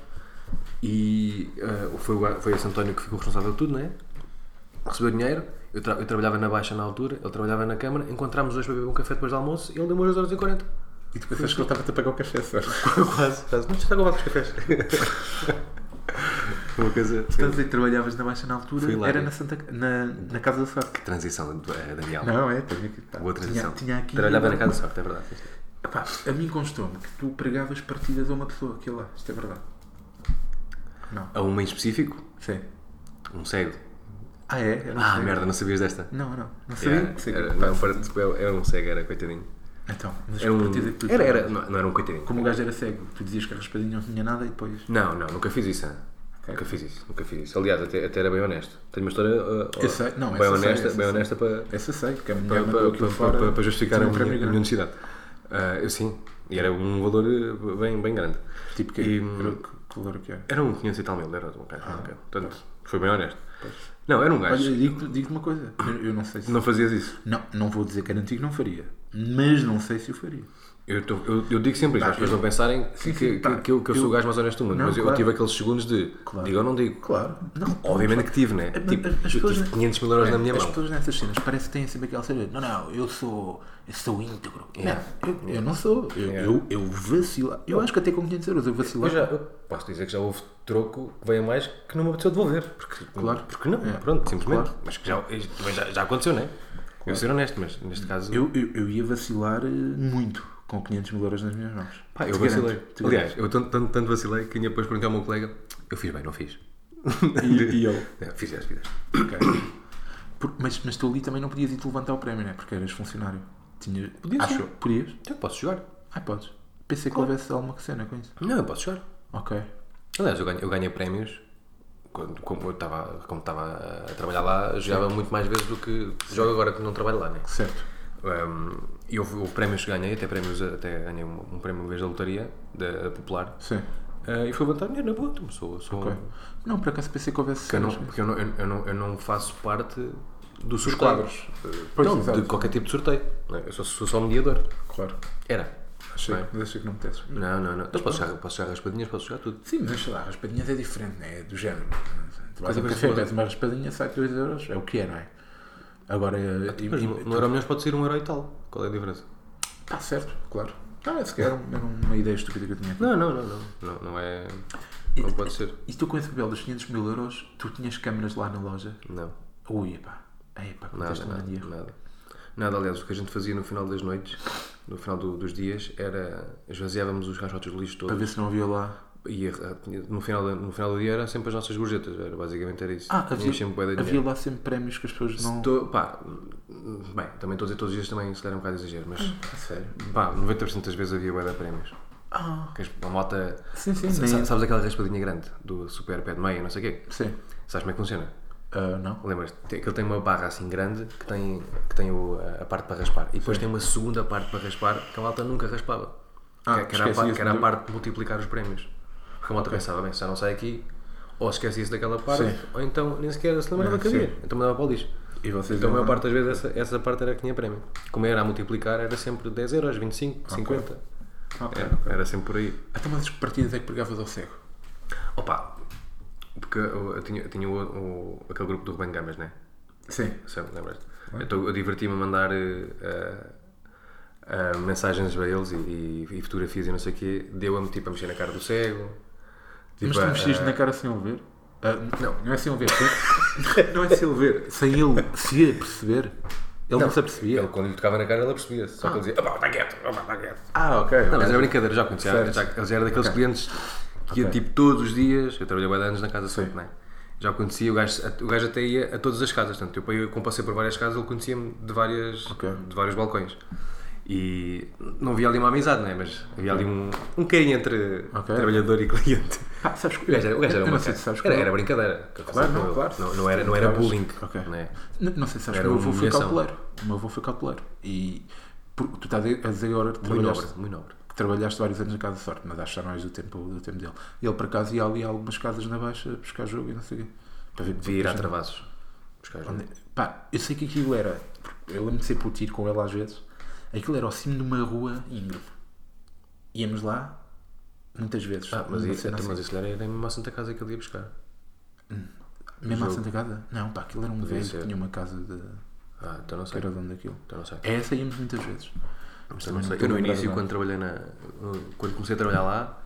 E eh, foi, o, foi esse António que ficou responsável de tudo, não é? Recebeu dinheiro, eu, tra- eu trabalhava na Baixa na altura, ele trabalhava na Câmara, encontramos dois para beber um café depois do almoço e ele demorou 2h40.
E depois acho que ele estava-te a pagar o café, certo?
quase, quase. Mas está com vários cafés. Foi uma coisa.
Estás a dizer que trabalhavas na Baixa na altura?
Fui lá,
era
né?
na, Santa, na, na Casa da Sorte.
Transição, eh, Daniel.
Não, é? Tenho aqui, tá.
Boa transição.
Tinha, tinha aqui.
Trabalhava na casa só, que é verdade.
Epá, a mim constou-me que tu pregavas partidas a uma pessoa, aquilo lá. Isto é verdade. Não.
A uma em específico,
Sim.
um cego.
Ah, é? Eu não
Ah,
sei.
merda, não sabias desta?
Não, não. Não sabia?
Yeah,
Sei que-
era, não, era- era um cego, era coitadinho.
Então, mas
Era
que
um.
partida que tu
Era, era, não, não era um coitadinho.
Como o gajo era cego, tu dizias que a raspadinha não tinha nada e depois.
Não, não, nunca fiz isso. Ana.
Ok.
Nunca fiz isso, nunca fiz isso. Aliás, até, até era bem honesto. Tenho uma história uh,
Eu sei, não,
bem
essa sei, essa
honesta, bem
sei.
honesta para,
Essa sei, é porque a minha
para,
mãe
para,
mandou aquilo
para,
fora,
para- para justificar a
tinha um
minha,
prémio
a minha
grande.
honestidade. Ah, eu sim, e era um valor eh, bem, bem grande.
Tipo que
E, hum,
era- que color que é? era?
Era um 500 e tal mil euros, um bocado, um bocado. Portanto, foi bem honesto. Não, era um
Olha,
gajo.
eu digo- digo-te uma coisa, eu, eu não sei se.
Não fazias isso.
Não, não vou dizer que era antigo, não faria. Mas não sei se o faria.
Eu, tô- eu, eu digo sempre isto, as pessoas não pensarem que,
Sim, sim,
que-
pá.
que eu, que eu sou o gajo mais honesto do mundo.
Não,
mas eu- eu
claro.
tive aqueles segundos de
Claro.
digo ou não digo.
Claro. Não,
Obviamente que tive, né?
Mas-
Tipo,
mas- mas
eu
pessoas-
tive 500 mil euros na minha
As
mão.
pessoas nessas cenas parece que têm sempre aquela cena de, não, não, eu sou, eu sou íntegro.
Yeah.
Não, eu, eu não sou. Eu, eu, eu vacilo. Eu acho que até com 500 euros eu
É. Eu
vacilava.
já eu posso dizer que já houve troco que veio a mais que não me apeteceu devolver. Porque,
Claro.
Porque não, pronto, simplesmente. Mas que já, isto também já, já aconteceu, não é? Eu ser honesto, mas neste caso.
Eu, eu, eu ia vacilar eh, muito com 500 mil euros nas minhas mãos.
pá, eu
Te
vacilei.
garanto, te
Aliás, eu tanto, tanto, tanto vacilei que ainda depois perguntei ao meu colega: eu fiz bem, não fiz?
garanto. E, e eu.
É, fizeste, fizeste.
ok.
Então
Por- mas, mas tu ali também não podias ir-te levantar o prémio, né? Porque eras funcionário. Tinha,
Podia
acho
ser.
eu. Podias?
Então posso jogar?
Ah, podes. Pensei que houvesse alguma cena com isso.
Não, eu posso jogar.
Ok.
Aliás, eu ganhei, eu ganhei prémios. Quando, como eu estava como estava a trabalhar lá, jogava muito mais vezes do que jogo agora que não trabalho lá, né?
Certo.
Um, e houve, houve prémios que ganhei, até, prémios, até ganhei um, um prémio uma vez da lotaria, da, da Popular.
Sim.
Ah, e foi levantar dinheiro na boa, tipo, sou, sou
Ok. Não, por acaso pensei que houvesse
porque, eu
cenas.
não, porque eu, não, eu, eu não, eu não faço parte do sorteio. Ah,
Pois,
não,
exato.
de qualquer tipo de sorteio. não é? Eu sou, sou só mediador.
Claro.
Era.
Achei,
Bem.
mas achei que não me testes.
Não, não, não. Mas posso chegar, posso chegar raspadinhas, posso chegar tudo.
Sim, mas sei lá, raspadinhas é diferente, né? É do género. Tu vais
Coisa
ao
mais
café,
boa.
pedes uma raspadinha, sai 2 euros. É o que é, não é? Agora, e-
Mas
e-
no, no Euromilhões pode ser um euro e tal. Qual é a diferença?
tá certo, claro. Não, é sequer era um- era uma ideia estúpida que eu tinha.
Não, não, não, não. Não, não é. Não pode ser.
E tu com esse papel dos 500 mil euros, tu tinhas câmaras lá na loja?
Não.
Ui, epá. Epá,
Nada,
conteste um grande
nada,
erro.
nada. Nada, aliás, o que a gente fazia no final das noites no final do- dos dias, era esvaziávamos os caixotes de lixo
Para
todos.
ver se não havia lá.
E eh, tinha- no final, da- no final do dia era sempre as nossas gorjetas, era, basicamente era isso.
Ah, havia,
Tínhamos sempre bué de dinheiro.
havia lá sempre prémios que as pessoas não.
Tô- pá, bem, também estou a dizer todos os dias também se calhar é um bocado exagero, mas
Ah, Sério?
pá, 90% das vezes havia bué de prémios.
Ah,
Que as- a malta,
sim, sim.
sa-
nem- é.
sa- sabes aquela raspadinha grande do super pé de meia, não sei o quê?
Sim.
Sabes como é que funciona?
Ah, não?
Lembras? Tem- Aquilo tem uma barra assim grande que tem, que tem o- a- a parte para raspar e depois tem uma segunda parte para raspar que a malta nunca raspava.
Ah,
que, que era a,
esquece
pa-
isso,
que era a
não-
parte de multiplicar os prémios. Porque a malta pensava, bem, se já não sai aqui, ou esquece-se daquela parte,
Sim.
ou então nem sequer se lembrava
Não,
que havia.
sim.
Então mandava para o lixo.
E vocês
Então, a maior
eram-
parte das vezes, essa, essa parte era que tinha prémio. Como era a multiplicar, era sempre 10 euros, 25, 50.
É, Ok.
Era, era sempre por aí.
Até mas as partidas é que pegavas ao cego.
Opa! Porque eu, eu tinha, eu tinha o, o- aquele grupo do Ruben Gamas, né?
Sim.
Sei, lembras-te? Então, eu diverti-me a mandar eh, eh, eh, mensagens para eles e, e- e fotografias e não sei o quê. Deu-me tipo a mexer na cara do cego. Tipo,
Mas
a-
tu mexeste
a-
na cara sem ele ver? Tipo, é, Ah, n-
Não.
Não é sem ele ver. sim. não é sem ele ver. Sem ele se aperceber. Ele não, se apercebia.
Ele, quando lhe tocava na cara, ele percebia. Só que ele dizia: opá, está quieto, opá, está quieto.
Ah, ok.
Não, mas era brincadeira, já conhecia.
Certo.
Já, eles eram daqueles clientes que ia tipo todos os dias. Eu trabalhei há anos na casa sempre, não é? Já o conhecia, o gajo, o gajo até ia a todas as casas. Portanto, eu, pa- eu como passei por várias casas, ele conhecia-me de, várias,
Ok.
de vários balcões. E não havia ali uma amizade, não é? Mas havia ali um, um carinho entre
Ok.
trabalhador e cliente.
Ah, sabes que.
O gajo era, o gajo era
eu
uma
não sei se
ca-
sabes
era,
qual- é.
era brincadeira.
Claro, não,
Não-
claro.
Não, não era, não era
Brincavas.
bullying.
Ok.
não é?
N- Não sei se sabes que
Era
o meu avô
uma
foi
humilhação.
cautelar. O meu avô foi cautelar. E por- tu estás a dizer agora que
Muito
trabalhaste,
nobre, muito nobre.
que trabalhaste vários anos na Casa de Sorte, mas acho que já não és do tempo, do tempo dele. Ele por acaso ia ali a algumas casas na baixa buscar jogo e não sei o quê. Para ver
Devia ir a travassos. Buscar
Onde- é? Pá, eu sei que aquilo era. Eu lembro de ser putir com ele às vezes. Aquilo era ao cimo de uma rua íngreme. Íamos lá muitas vezes.
Ah, mas,
Uma
isso
cena
então,
assim.
mas isso era era mesmo a Santa Casa que ele ia buscar.
Mesmo à Santa Casa? Não, pá, aquilo era um velho
um ser.
que tinha uma casa de.
Ah, então não
que
sei.
era dono daquilo.
Então não sei.
É essa íamos muitas vezes.
Então não sei.
estou
Eu no
a lembrar
início,
agora.
quando trabalhei na. no- Quando comecei a trabalhar lá,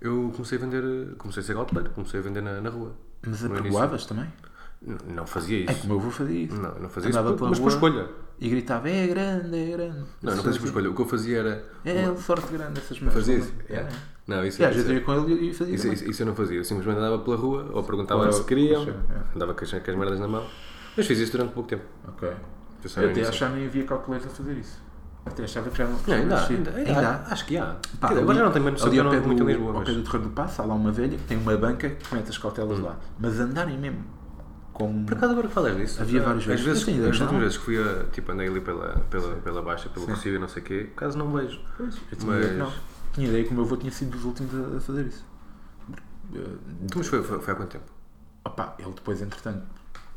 eu comecei a vender. Comecei a ser outlet, comecei a vender na, na rua.
Mas
No início.
apregoavas também?
N- Não fazia
É
isso.
como eu vou fazer isso.
Não, eu não fazia isso.
Andava pela
por- Mas por
rua.
escolha.
E gritava, é grande, é grande.
Não, eu não fazia por escolha. O que eu fazia era.
É sorte grande essas merdas.
Fazia isso.
É.
Yeah. Não, isso
E às vezes é eu
isso-
ia com ele e fazia
isso,
também.
isso- isso eu não fazia. Eu simplesmente andava pela rua ou perguntava
Ou-
se queriam.
é.
Andava com as, com as merdas na mão. Mas fiz isso durante pouco tempo.
Ok.
Eu só
Eu
no
até
início.
achava que nem havia calculeiros a fazer isso. Até achava que já não
Não, ainda, há,
existia.
ainda, ainda, há. Acho que há.
Pá,
Quer dizer,
ali-
agora já não tenho menos noção que eu
ao
não
pé
ando muito em
do-
Lisboa.
Ao
mas-
pé do terreno do passo, há lá uma velha que tem uma banca que mete as cautelas lá. Mas andarem mesmo com...
Hum. Por acaso agora que falas disso.
Havia
ah,
vários
Às
vezes.
vezes,
Sim, ainda
as
não.
últimas vezes que fui a. Tipo, andei ali pela, pela, pela baixa, pelo Recife e não sei o quê, caso não vejo.
Eu tinha,
Mas-
ideia que não. tinha ideia que o meu avô tinha sido dos últimos a- a fazer isso.
Tu, Mas foi, foi, foi há quanto tempo?
Opa, ele depois, entretanto,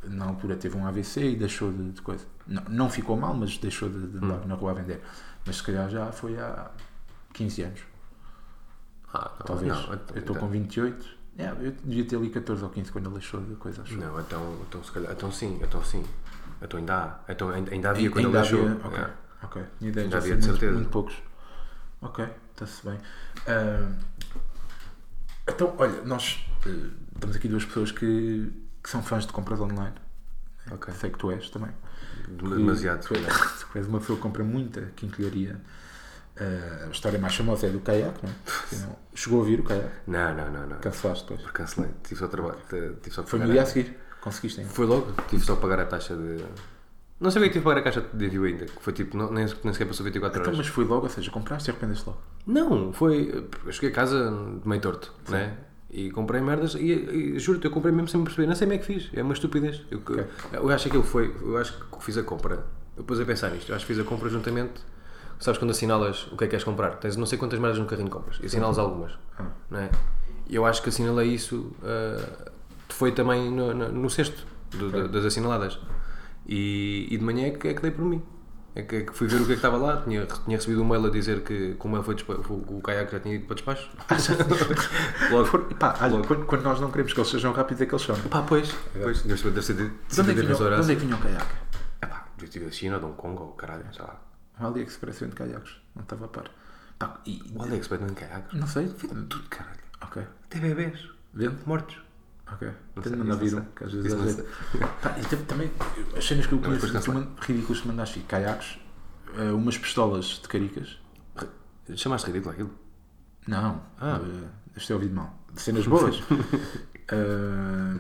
na altura teve um AVC e deixou de, de coisa. Não, não ficou mal, mas deixou de, de
Hum.
andar na rua a vender. Mas se calhar já foi há 15 anos.
Ah, não,
Talvez.
Não,
eu estou com 28. É, eu devia ter ali 14 ou 15 quando ele deixou de coisa, acho.
Não, então, então se calhar. Então sim, então sim. Então ainda há. Então ainda, ainda havia quando
Ainda
ele deixou.
havia- Ok,
É.
ok. Tinha ideia,
Ainda
já
havia,
sei
de
muito-
certeza.
Muito poucos. Ok, está-se bem. Ah, então, olha, nós ah, temos aqui duas pessoas que, que são fãs de compras online.
Ok.
Sei que tu és também.
Demasiado.
Tu, és- tu és uma pessoa que compra muita quinquilharia. Ah, a história mais famosa é do caiaque, não é? Que não- Chegou a vir o caiaque,
Não, não, não, não.
cancelaste depois.
Por cancelei. Tive só trabalho. Tive só que
Foi no
pagar
dia
a-
a seguir, conseguiste ainda.
Foi logo. Tive só que pagar a taxa de. Não sei o que é que tive que pagar a caixa de envio ainda. Que foi tipo, não, nem, nem sequer passou 24 horas.
Então, mas foi logo, ou seja, compraste e arrependeste logo.
Não, foi. Eu cheguei a casa meio torto, né? E comprei merdas e, e juro-te, eu comprei mesmo sem me perceber, não sei como é que fiz, é uma estupidez. Eu, eu acho que aquilo foi, eu acho que fiz a compra, eu pus a pensar nisto, eu acho que fiz a compra juntamente. Sabes quando assinalas o que é que queres comprar? Tens não sei quantas merdas no carrinho que compras e assinalas algumas, né? E eu acho que assinalei isso, ah, foi também no, no, no sexto do- da- das assinaladas. E, e de manhã é que, é que dei por mim. É que, é que fui ver o que é que estava lá, tinha, tinha recebido um mail a dizer que como ele foi despa- o, o caiaque já tinha ido para despacho. Logo.
Por- pá, olha, quando, quando nós não queremos que eles sejam rápidos, é que eles são.
Pá, pois. Pois, É, deve ser- deve ser de
De onde é que vinha, de onde
horas.
é que vinha o caiaque?
É pá, deve ter sido da China, de Hong Kong ou caralho, sei lá.
Um AliExpress vende caiaques. Não estava a par. Pá, e-
O Alex vai também caiaques.
não sei.
Tudo caralho.
Ok.
Até bebês.
Vende?
Mortos.
Ok.
sei,
Tendo mandado vir
isso não
um,
sei.
que às vezes
Isso
às
não
vezes- Pá, e tam- também, eu- as cenas que eu
mas
conheço
depois
tu man- ridículas que mandaste aqui. Caiaques, eh, umas pistolas de caricas
Chamaste ridículo aquilo?
Não, ah. deves ter ouvido mal. Cenas boas. Ah,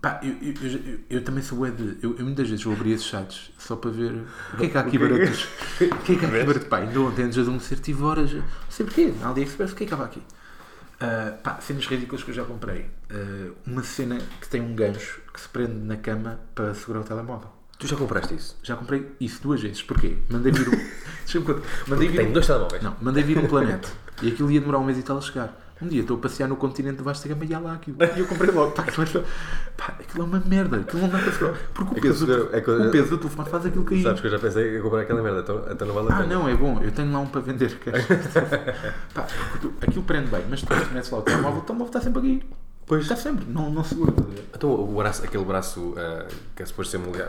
pá, eu, eu- eu- eu- eu também sou bué de. Eu, eu muitas vezes vou abrir esses chats só para ver o que é que há aqui
O que é que-
baratos. O que é que há aqui barato? Pá, ainda ontem antes de adormecer tive horas. Não sei porquê, na AliExpress, o que é que há aqui? Ah, pá, cenas ridículas que eu já comprei. Ah, uma cena que tem um gancho que se prende na cama para segurar o telemóvel.
Tu já compraste isso?
Já comprei isso duas vezes. Porquê? Mandei vir um. Deixa-me contar. Mandei vir
Tenho
um-
dois telemóveis.
não, mandei vir um planeta. E aquilo ia demorar um mês e tal a chegar. Um dia estou a passear no continente de Vasta Gama e há lá aquilo. E eu comprei logo. Pá, aquilo, é- pá, aquilo é uma merda. Aquilo não dá para segurar. Porque o
Aquilo
peso,
segura- é coisa-
o peso do telefone faz aquilo cair.
Sabes que eu já pensei em comprar aquela merda, então, então não vale
Ah,
a pena.
não, é bom. Eu tenho lá um para vender. queres? pá, porque tu- aquilo prende bem. Mas depois tu metes lá o telemóvel, o telemóvel está sempre a cair.
Pois.
Está sempre. Não, não segura. estás a ver?
Então o braço, aquele braço eh, que é suposto ser molda-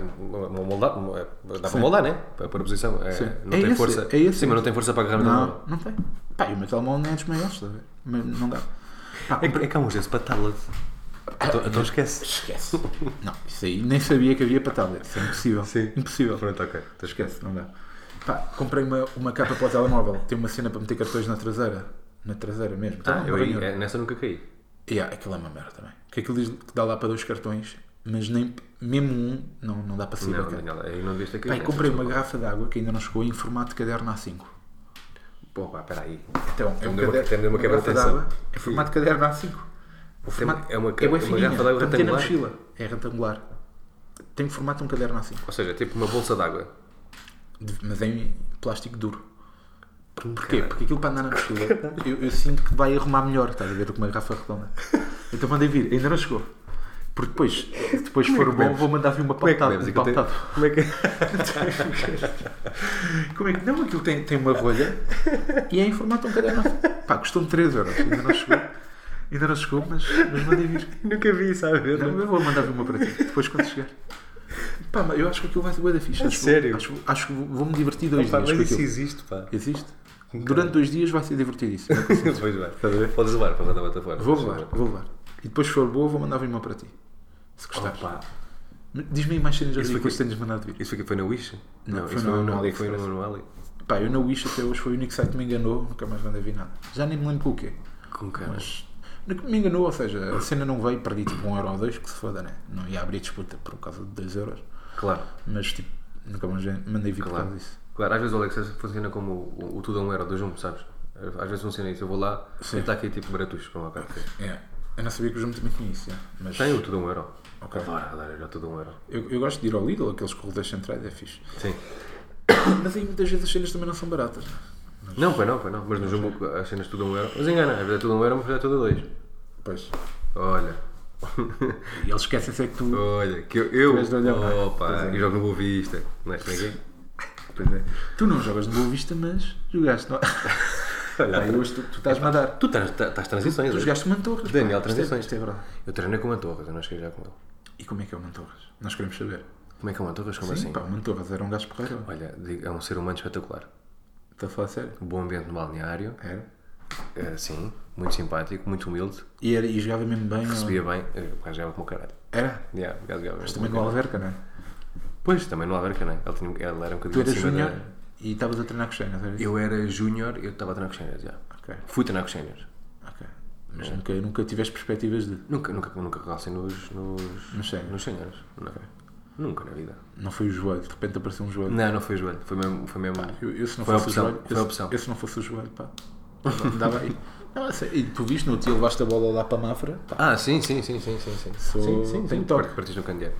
moldado, dá para moldar, né? Para pôr a posição. eh,
Sim.
Não
É
tem
esse,
força.
é esse.
Sim, mas não tem força para agarrar no telemóvel.
Não, não tem. Pá, e o meu telemóvel não é dos maiores. estás a ver? Mas Não dá. Pá,
É, que- é que há uns desse patalado. Então, então esquece.
Esquece. Não, isso aí nem sabia que havia para tablet. Isso é impossível.
Sim.
Impossível.
Pronto, ok. Então esquece.
Esquece, não dá. Pá, comprei uma, uma capa para o telemóvel. Tem uma cena para meter cartões na traseira. Na traseira mesmo. Tá
Ah,
lá,
eu aí,
barulho.
eh, nessa nunca caí.
Yeah, aquilo é uma merda também. Que aquilo diz que dá lá para dois cartões, mas nem, mesmo um não, não dá para sair
Não, é
da capa.
Daniel, aí não devias ter caído.
Pá, e
nessa,
comprei uma
desculpa.
garrafa de água que ainda não chegou em formato de caderno A5.
Pô, pá, peraí.
Então, é um
deu uma-
caderno,
até me deu uma quebra de
garrafa de
tensão.
água em formato de caderno A5. O formato
é uma-
bué
é uma
fininha,
garrafa de água
para meter na
retangular.
mochila. É retangular. Tem formato de um caderno A5.
Ou seja, é tipo uma bolsa d'água.
De- mas em plástico duro. Porquê? Porque aquilo para andar na mochila, eu, eu sinto que vai arrumar melhor, estás a ver, do que uma garrafa redonda. Então mandei vir, ainda não chegou. Porque depois, se depois for bom, vou mandar vir uma
Como é que
pautada.
bebes?
um
Aquilo tem-
pautado.
Como é que...
Como é que não? Aquilo tem, tem uma rolha e é em formato de um caderno. Pá, custou-me 3 euros, ainda não chegou. Ainda não chegou, mas, mas mandei vir.
Nunca vi, sabe?
Não, eu vou mandar vir uma para ti, depois quando chegar. Pá, mas eu acho que aquilo vai ser bué da ficha.
A
Acho que-
sério?
Acho, acho que vou- vou-me divertir dois
Pá,
dias.
mas
com
isso
aquilo.
existe, pá.
Existe? Durante dois dias vai ser divertidíssimo.
pois vai. Podes levar para rodar bota fora.
Tá Vou levar, vou levar. E depois, se for boa, vou mandar vir uma para ti. Se gostares.
Opa.
Diz-me aí mais cenas
Isso foi
ridículas
que-
que tens mandado vir.
Isso aqui foi na Wish?
Não, foi
isso
no-
foi
no
no, foi
AliExpress.
no, no Ali.
Pá, eu na Wish até hoje foi o único site que me enganou, nunca mais mandei vir nada. Já nem me lembro com o quê.
Com cara.
Mas no que me enganou, ou seja, a cena não veio, perdi tipo um euro ou dois, que se foda, né? Não ia abrir disputa por causa de dois euros.
Claro.
Mas tipo, nunca mais mandei vir por
Claro.
causa disso.
Claro, às vezes o AliExpress funciona como o, o tudo a um euro, do junto, sabes? Às vezes funciona isso. Eu vou lá e está aqui tipo baratuchos para uma cara.
É. Eu não sabia que o João também tinha isso, é. mas
Tem o tudo a um euro.
Ok.
Adoro, adoro, era tudo a um euro.
eu, eu gosto de ir ao Lidl, aqueles corredores centrais, é fixe.
Sim.
Mas aí muitas vezes as cenas também não são baratas. né?
Não, foi não, foi não. Mas no Jumbo as cenas tudo a um euro. Mas engana, às vezes é tudo a um euro, mas é tudo a dois.
Pois.
Olha.
E eles esquecem-se é que tu.
Olha, que eu.
Mas não olham lá.
eu opa,
Pois é.
eu jogo no Boa Vista. Não é? Como é que é?
Pois é. Tu não jogas de Boa Vista, mas jogaste. No... Pá, e hoje tu, tu estás-me a dar.
Tu estás estás transições.
Tu
hoje.
jogaste o Mantorras. pá. Isto
Daniel,
é-
transições.
Isto é verdade.
Eu treinei com o Mantorras, eu não cheguei já com ele.
E como é que é o Mantorras? Nós queremos saber.
Como é que é o Mantorras? Como
Sim,
assim?
pá, o Mantorras era um gajo porreiro.
Olha, digo, é um ser humano espetacular.
Estou a falar sério?
Um bom ambiente no balneário,
Era.
eh, sim, muito simpático, muito humilde,
E, era, e jogava mesmo bem. ou-
recebia bem, eh, o gajo jogava como o caralho.
Era?
Yeah, o gajo jogava mesmo
Também
como
no
o caralho.
Alverca, não é?
Pois, também no Alverca, não é? Ele, tinha, ele era um
Tu
bocadinho
eras
acima
júnior
da-
e estavas a treinar com os Xenas, era isso?
Eu era júnior, eu estava a treinar com os seniors, já.
Ok.
Fui treinar com os seniors.
Ok. Mas nunca, nunca tiveste perspectivas de.
Nunca, nunca, nunca calcei nos, nos,
Nos séniores.
nos séniores. Não. é? Nunca na vida.
Não foi o joelho, de repente apareceu um joelho.
Não, não foi o joelho, foi mesmo. Foi mesmo...
Ah, Eu, eu se não
Foi a
fosse o
opção,
joelho,
foi a
eu,
opção.
eu se não fosse o joelho, pá, andava aí. Não, é sério. e tu viste no tio, levaste a bola lá para a Mafra, pá,
Ah, sim, sim, sim, sim, sim. sim.
Sou-
Sim, sim,
tenho
sim.
toque.
Part- Partiste no candeeiro.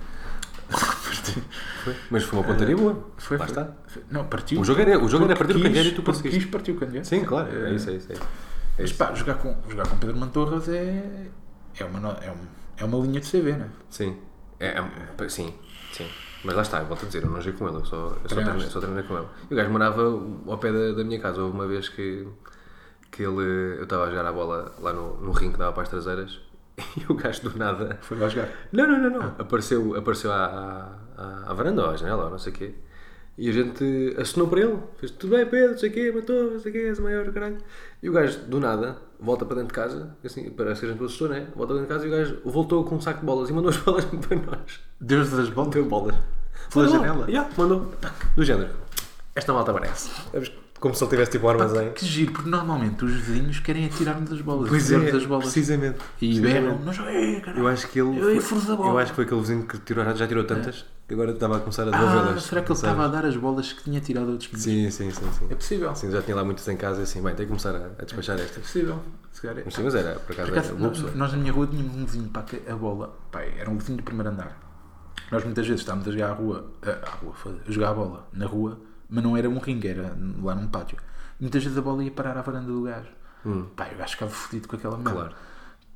Foi. Mas foi uma pontaria boa.
Eh, foi,
Lá
foi.
está.
não, partiu.
O jogo era- o jogo era partir o
Quis-
candeeiro e tu
porque
conseguiste.
Quis partir o candeeiro.
Sim, claro. É
Eh,
isso, é isso. É isso. É
Mas
isso.
pá, jogar com, jogar com Pedro Mantorras é, é, uma, no- é, um- é uma linha de CV, né?
Sim. É, é- sim, sim. Mas lá está, eu volto a dizer, eu não joguei com ele, eu só, eu só,
Treinaste.
treinei, só treinei com ele. E o gajo morava ao pé da, da minha casa. Houve uma vez que, que ele, eu estava a jogar a bola lá no, no ringue que dava para as traseiras e o gajo do nada
Foi lá jogar.
Não, não, não, não. Ah, Apareceu, apareceu à, à, à varanda ou à janela, ou não sei o quê. E a gente assinou para ele. Fez tudo bem, Pedro, não sei o quê, matou, não sei o quê, és o maior, caralho. E o gajo, do nada, volta para dentro de casa. Assim, parece que a gente o assustou, né? Volta para dentro de casa e o gajo voltou com um saco de bolas e mandou as bolas para nós.
Deus das bolas.
Deu bolas.
Pela
Mandou.
janela?
Yeah, mandou. Do género. Esta malta parece. Como se ele tivesse tipo um
Pá,
armazém.
que giro, porque normalmente os vizinhos querem atirar-nos as bolas.
Pois
atirar-nos
é,
as bolas.
precisamente. né?
E
precisamente.
berram. Nós, "Ei, caralho."
Eu acho que ele.
Eu ia
foi-
furos a bola.
eu acho que foi aquele vizinho que tirou, já tirou tantas que agora estava a começar a
ah,
devolvê-las.
será que ele
sabes?
estava a dar as bolas que tinha tirado a outros meninos?
Sim, sim, sim. sim.
É possível.
Assim, já tinha lá muitas em casa e assim, bem, tem que começar a, a despachar
É
estas.
possível. Se calhar é.
Mas sim, mas era, por acaso,
Por acaso,
era uma pessoa.
nós, nós na minha rua tínhamos um vizinho para que a bola. Pai, era um vizinho do primeiro andar. Nós muitas vezes estávamos a jogar à rua, a, à rua, foda-se, a jogar a bola na rua, mas não era um ringue, era lá num pátio. E muitas vezes a bola ia parar à varanda do gajo. Pai, o gajo ficava fodido com aquela merda.
Hum. Claro.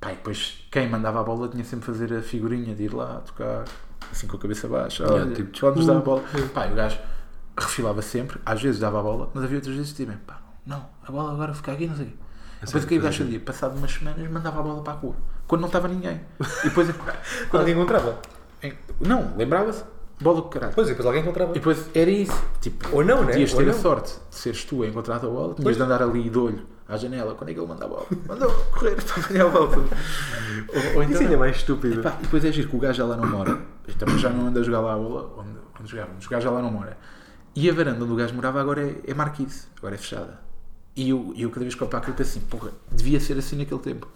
Pai, depois quem mandava a bola tinha sempre de fazer a figurinha de ir lá tocar, assim com a cabeça baixa.
Yeah,
Olha,
tipo,
quando nos dá a
desculpa.
bola. Pai, o gajo refilava sempre, às vezes dava a bola, mas havia outras vezes que diziam, pá, não, a bola agora fica aqui, não sei o quê. Depois o que o gajo fazia? Passado umas semanas mandava a bola para a rua, quando não estava ninguém. E depois.
Quando alguém encontrava.
em- não, lembrava-se? Bola do caralho.
Pois, e depois alguém encontrava.
E depois era isso. Tipo,
Ou não, né?
podias
Ou
ter a
não.
sorte de seres tu a encontrar a tua bola, tinhas
Pois.
de andar ali de olho à janela, quando é que ele manda a bola? Mandou correr para apanhar a bola. ou, ou
Isso
então,
ainda é mais estúpido.
Epá, e depois é giro que o gajo já lá não mora. Também já não anda a jogar lá a bola onde, onde jogávamos. O gajo já lá não mora. E a varanda onde o gajo morava agora é, é marquise, agora é fechada. E eu, eu cada vez que opa aquilo penso assim, porra, devia ser assim naquele tempo.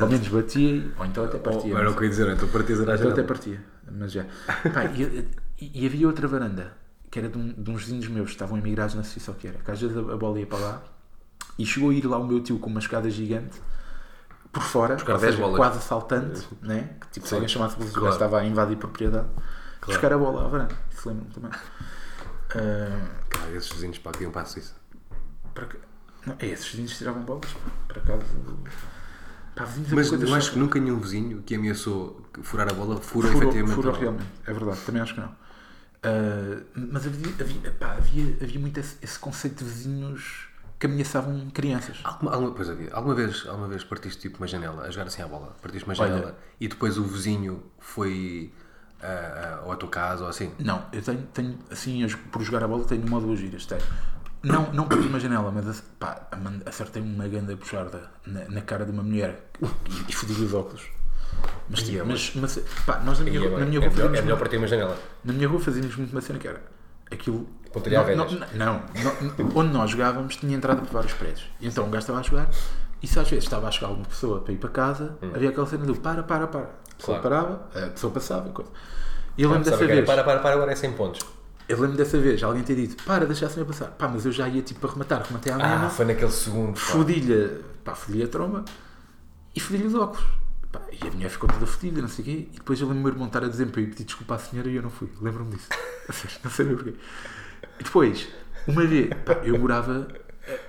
Ao menos batia, ou então até
Ou-
partia.
era o que eu ia dizer, então partias era a
Então
janela.
até partia, mas já. Pá, e, e- e havia outra varanda, que era de, um- de uns vizinhos meus que estavam emigrados, não sei só que era, que às vezes a, a bola ia para lá e chegou a ir lá o meu tio com uma escada gigante por fora,
Buscar
ou
10
seja,
bolas.
quase assaltante, né? que tipo se alguém chamasse bolsa,
Claro.
estava a invadir propriedade,
Claro.
buscar a bola à varanda, isso lembro-me também. Ah,
Pá, esses vizinhos, pá, que iam para a Suíça.
para que- não, é, esses vizinhos tiravam bolas, para acaso. Pá, vizinhos é
Mas
uma coisa
eu acho
chata.
que nunca nenhum vizinho que ameaçou furar a bola furou,
Furou,
efetivamente.
furou
a bola.
realmente, é verdade, também acho que não. Ah, mas havia, havia, pá, havia, havia muito esse, esse conceito de vizinhos que ameaçavam crianças.
Alguma, alguma, pois havia. alguma, vez, alguma vez partiste tipo uma janela, a jogar assim à bola, partiste uma
Olha.
janela e depois o vizinho foi ah, ah, ou à tua casa ou assim.
Não, eu tenho, tenho assim, a jo- por jogar a bola, tenho uma ou duas giras. Tenho. Não, não perdi uma janela, mas ac- pá, aman- acertei uma ganda puxarda na, na cara de uma mulher e, e fodi os óculos. Mas, tipo,
Ia
mas, mas pá, nós na minha, rua- na minha
É
rua fazíamos uma-
partir uma janela.
Na minha rua fazíamos muito uma cena que era aquilo.
Pontaria
não,
a
não,
velhas.
não, não, não. onde nós jogávamos tinha entrada por vários prédios. E Então um gajo estava a jogar e se às vezes estava a chegar alguma pessoa para ir para casa, havia aquela cena do para, para, para. A pessoa
Hum. Claro.
parava, a pessoa passava e coisa. E eu lembro dessa vez.
para, para, agora é 100 pontos.
Eu lembro dessa vez alguém ter dito para, deixa a senhora passar. Pá, mas eu já ia tipo para rematar, rematei à mesma.
Ah, foi naquele segundo.
Fodi-lhe, pá, fodi-lhe a tromba e fodi-lhe os óculos. Pá, e a mulher ficou toda fodida, não sei o quê. E depois eu lembro-me do meu irmão estar a dizer para eu pedir desculpa à senhora e eu não fui. Lembro-me disso. A sério, não sei bem porquê. E depois, uma vez, pá, eu morava.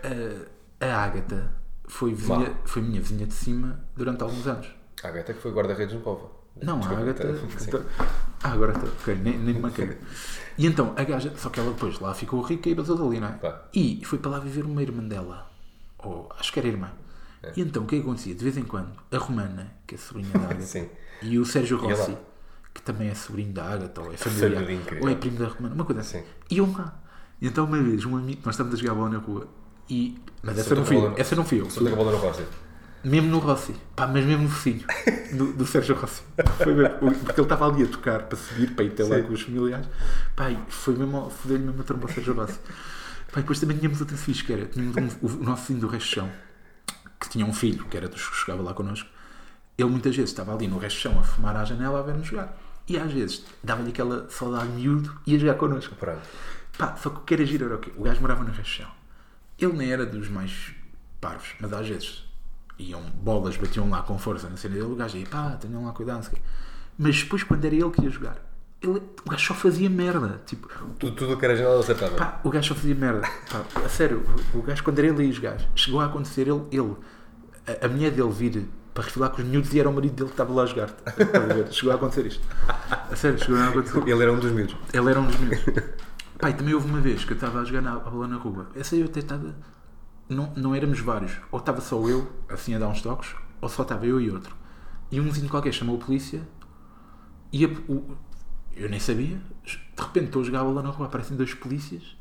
A, a, a Ágata foi, vizinha-
Vá.
foi minha vizinha de cima durante alguns anos.
A Agatha que foi guarda-redes no tá, Pova.
Não, a Agatha. então- Ah, agora estou. Ok, nem, nem me marquei. E então, a gaja. Só que ela depois lá ficou rica e basou dali, não é?
Claro.
E foi para lá viver uma irmã dela. Ou acho que era irmã. E então, o que é que acontecia? De vez em quando, a Romana, que é sobrinha da Agatha,
Sim.
e o Sérgio
ela?
Rossi, que também é sobrinho da Agatha, ou é familiar,
Família incrível.
ou é primo da Romana, uma coisa assim.
Sim.
Iam lá. E então, uma vez, um amigo, nós estamos a jogar bola na rua, e. Mas essa
Soltou
não fui
a
eu,
bola.
essa não fui eu.
a bola no Rossi.
Mesmo no Rossi, pá, mas mesmo no focinho do, do Sérgio Rossi. Foi mesmo, porque ele estava ali a tocar para subir, para ir ter lá com os familiares. Pá, e foi mesmo, ao- fodeu-lhe mesmo a tromba ao Sérgio Rossi. Pá, e depois também tínhamos outra fixe, que era, tínhamos um- o, o nosso vizinho do resto do chão, que tinha um filho, que era dos que chegava lá connosco. Ele muitas vezes estava ali no resto do chão a fumar à janela a ver-nos jogar. E às vezes dava-lhe aquela saudade de miúdo e ia jogar connosco.
Pronto.
Pá, só que o que era giro era o quê? O gajo morava no Rachel. Ele nem era dos mais parvos, mas às vezes iam bolas, batiam lá com força na cena dele, o gajo ia, pá, tenham lá cuidado, não sei o quê. Mas depois, quando era ele que ia jogar, ele, o gajo só fazia merda. Tipo,
Tudo, tudo o que era janela acertava.
pá, o gajo só fazia merda. Pá, a sério, o gajo, quando era ele e os gajos, chegou a acontecer ele, ele a, a mulher dele vir para refilar com os miúdos e era o marido dele que estava lá a jogar. Estás a ver? Chegou a acontecer isto. A sério, chegou a acontecer.
Ele era um dos miúdos.
Ele era um dos meus. Pai, também houve uma vez que eu estava a jogar na, a bola na rua. Essa eu até estava. Não, não éramos vários. Ou estava só eu, assim a dar uns toques, ou só estava eu e outro. E um vizinho qualquer chamou a polícia e a- o- eu nem sabia. De repente estou a jogar a bola na rua, aparecem dois polícias,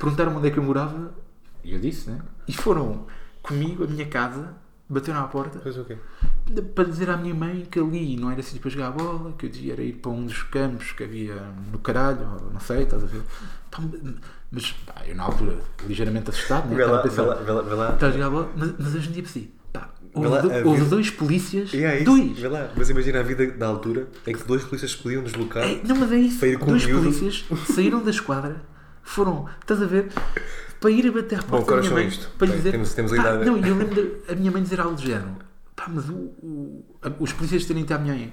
perguntaram onde é que eu morava e eu disse, né? E foram comigo, a minha casa, bateu na porta
Fez o quê?
de- para dizer à minha mãe que ali não era sítio para jogar a bola, que eu devia era ir para um dos campos que havia no caralho, ou não sei, estás a ver? Pá, mas pá, eu na altura, ligeiramente assustado, né?
Vê
estava
lá,
a
vê
pensar,
lá, vê lá, vê lá.
estava a jogar a bola, mas, mas hoje em dia pensei, pá, houve,
lá,
do-
a
houve
vida-
dois polícias,
E é isso,
dois,
vê lá. Mas imagina a vida da altura em que dois polícias se podiam deslocar.
É, não, mas é isso.
Para ir com
Dois
o miúdo.
polícias saíram da esquadra, foram, estás a ver, para ir a bater a porta da
agora
minha
só
mãe,
isto.
para lhe
Bem,
dizer...
temos- temos a
pá,
idade.
Não, e eu lembro de- a minha mãe dizer algo do género. Pá, mas o, o- a- os polícias terem dito à minha mãe,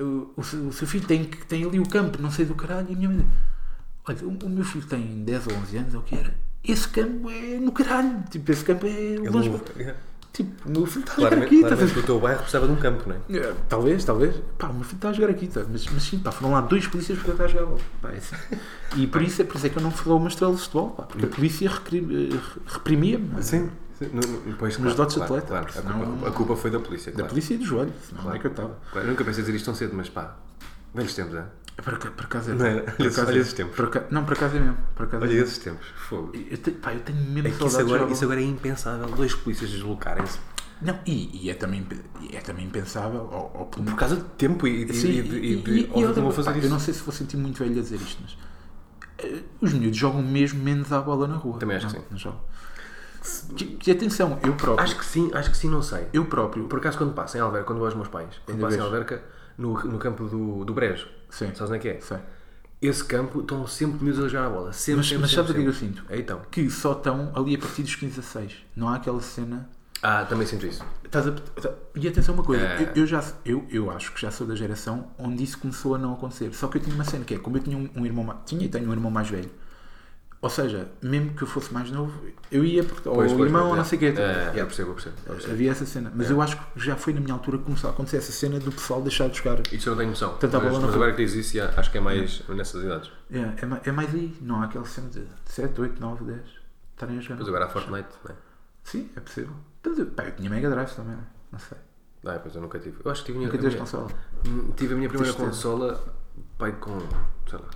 o, o seu- o seu filho tem, que- tem ali o campo, não sei do caralho, e a minha mãe diz, olha, o, o meu filho tem 10 ou 11 anos, ou o que era, esse campo é no caralho, tipo, esse campo é
Ele
longe.
não- é.
Tipo, o meu filho está a jogar
Claramente,
aqui, estás a ver?
claramente que o teu bairro precisava de um campo, não é?
É, Talvez, talvez. Pá, o meu filho está a jogar aqui, tá? mas, mas sim, pá, foram lá dois polícias para tentar jogar bola. Pá, é assim. E por isso, é, por isso é que eu não fui lá uma estrela de futebol, pá, porque a polícia recri- eh, re- reprimia-me. não é?
Sim. sim. No, no, pois,
Nos
claro,
dotes de
claro,
atleta,
Claro, a,
senão-
culpa, a culpa foi da polícia.
Da
claro.
polícia e do joelho, senão
Claro.
onde é que eu estava.
Claro, eu nunca pensei dizer isto tão cedo, mas pá, velhos tempos, é?
Por, aca- por acaso é.
Não era?
Por acaso
Olha
é.
esses tempos.
Por aca- não, por acaso é mesmo. Por acaso é
Olha
mesmo.
esses tempos, fogo.
Eu tenho, pá, eu tenho mesmo
É que isso
saudades de
agora,
jogar
isso agora é impensável, dois polícias deslocarem-se
bola. Não, e, e é, também, impe- e é também impensável, ou, ou pelo
por causa de tempo e, e,
Sim,
e, de- e de-
e- e
óbvio que
outra
não vou
coisa,
fazer
pá,
isso.
Eu não sei se vou sentir muito velho a dizer isto, mas eh, os miúdos jogam mesmo menos à bola na rua.
Também acho
não,
que sim.
Não jogam. E- E atenção, eu próprio,
Acho que sim, acho que sim, não sei.
eu próprio,
Por acaso, quando passo em Alverca, quando vou aos meus pais, quando
Ainda
passo em
vês.
Alverca, no, no campo do, do Brejo,
Sim.
sabes onde é que é?
sei,
Esse campo estão sempre miúdos a jogar a bola. Sempre,
Mas-
sempre,
mas
sempre,
sabes o que é que
sempre.
eu sinto?
É, então.
que só estão ali a partir dos 15 a 6. Não há aquela cena.
Ah, também sinto isso.
Estás a- tá- E atenção uma coisa,
É.
eu, eu já, eu, eu acho que já sou da geração onde isso começou a não acontecer. Só que eu tinha uma cena que é, como eu tinha um, um irmão ma- tinha e tenho um irmão mais velho, ou seja, mesmo que eu fosse mais novo, eu ia porque,
Pois,
ou o
pois,
irmão
pois,
ou
é.
não sei o que.
É, eu percebo, eu percebo. eu percebo.
Havia essa cena.
É.
Mas eu acho que já foi na minha altura que começou a acontecer essa cena do pessoal deixar de jogar. É,
Isso eu não tenho noção.
Tanta bola
mas,
na
mas
rua.
agora que dizes isso, já acho que é mais nessas idades.
É, é, ma- é mais aí. Não há aquela cena de 7, 8, 9, 10 estarem a jogar.
Mas agora há Fortnite, não é?
Sim, é possível. Mas eu, pá, eu tinha Mega Drive também, né? não sei.
Ah, pois eu nunca tive. Eu acho que tive a minha,
Nunca
a
tiveste
minha-
consola.
Hum, Tive a minha primeira
Tristeza.
consola, pai, com, sei lá,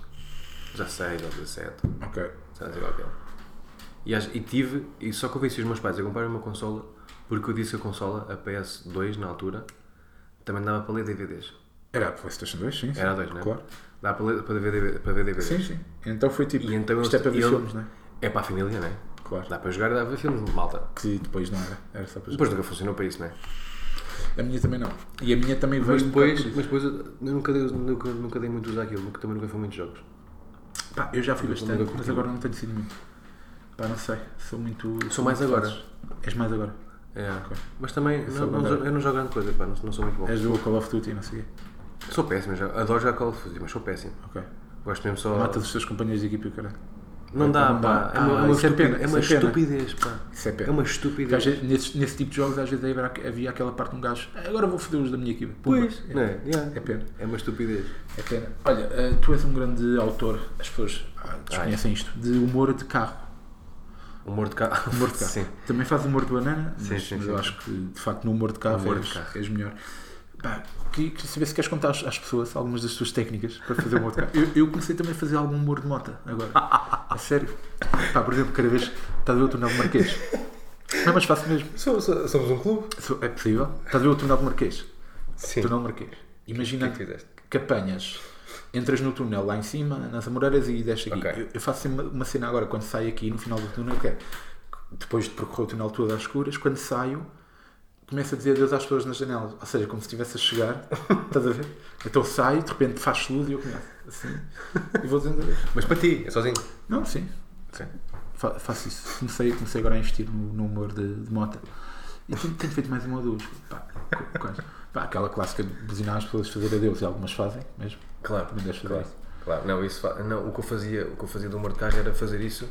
16 ou 17,
Ok.
sabes, igual aquela. é. E, acho- e tive, e só convenci os meus pais a comprar uma consola, porque eu disse que a consola, a PS2 na altura, também dava para ler DVDs.
Era a PlayStation 2, sim. sim.
Era a 2, não é?
Claro.
Dava para, ler, para, DVD, para ver DVDs.
Sim, sim. Então foi tipo.
E então
isto é
eles-
para ver
e ele-
filmes, não é?
É para a família, não é?
Claro.
Dá para jogar e dá para ver filmes, malta.
Que depois não era. Era só para
Depois nunca funcionou para isso, não é?
A minha também não. E a minha também veio.
Mas
um
depois,
bocado por
mas depois eu nunca dei, nunca, nunca dei muito uso àquilo, nunca, também nunca fui muitos jogos.
isso. um Pá, eu já fui
Eu nunca
bastante, mas
curti.
agora não tenho sido muito. Pá, não sei. Sou muito.
Sou mais
muito
agora.
fácil. És mais agora.
É. Mas também,
sou
não, não
bandana.
jogo- eu não jogo grande coisa, pá, não, não sou muito bom.
És do Call of Duty, não sei o quê.
É. Sou péssimo, já. adoro jogar Call of Duty, mas sou péssimo.
Ok.
Gosto mesmo só.
Matas os teus companheiros de equipe e o caralho.
Não dá,
Não
pá.
dá.
É uma,
Ah,
é uma
isso é
estupidez-
pena,
é uma
isso é pena.
estupidez, pá.
Isso é pena.
É uma
Porque às
estupidez.
vezes, nesse, nesse tipo de jogos, às vezes era- havia aquela parte de um gajo. "Ah, Agora vou foder os da minha equipe. Pumba.
Pois, não é? Yeah.
É pena.
É uma estupidez.
É pena. Olha, eh, tu és um grande autor, as pessoas ah, desconhecem isto, de humor de carro.
Humor de carro.
Humor de carro.
Um Sim.
Também faz humor de banana, mas,
Sim, sim,
mas
sim,
eu
sim.
acho que de facto no humor de carro,
Humor
és,
de carro.
és melhor. Pá, que- queria saber se queres contar às, às pessoas algumas das tuas técnicas para fazer humor de carro. Eu, eu comecei também a fazer algum humor de mota agora. A sério. Pá, por exemplo, cada vez estás a ver o túnel do Marquês. Não, mas faço mesmo.
Somos, somos um clube?
Sou- É possível. Estás a ver o túnel do Marquês.
Sim.
Túnel do Marquês. Imagina
O que é que fizeste?
que apanhas, entras no túnel lá em cima, nas Amoreiras e desce aqui.
Ok.
Eu, eu faço sempre uma, uma cena agora, quando saio aqui no final do túnel, que é depois de percorrer o túnel todo às escuras, quando saio, começo a dizer adeus às pessoas nas janelas. Ou seja, como se estivesse a chegar, estás a ver? Então saio, de repente faz luz e eu começo. Assim. E vou dizendo adeus.
Mas para ti, é sozinho.
Não, sim.
Sim.
Fa- faço isso. Comecei, comecei agora a investir no, no humor de, de mota. E tenho, tenho feito mais uma ou duas. Pá, co- coisa. Pá, aquela clássica de buzinar as pessoas fazer adeus. E algumas fazem mesmo.
Claro.
Também deves fazer
Claro.
isso.
Claro. Não, isso fa- não, o que eu fazia, o que eu fazia do humor de carro era fazer isso,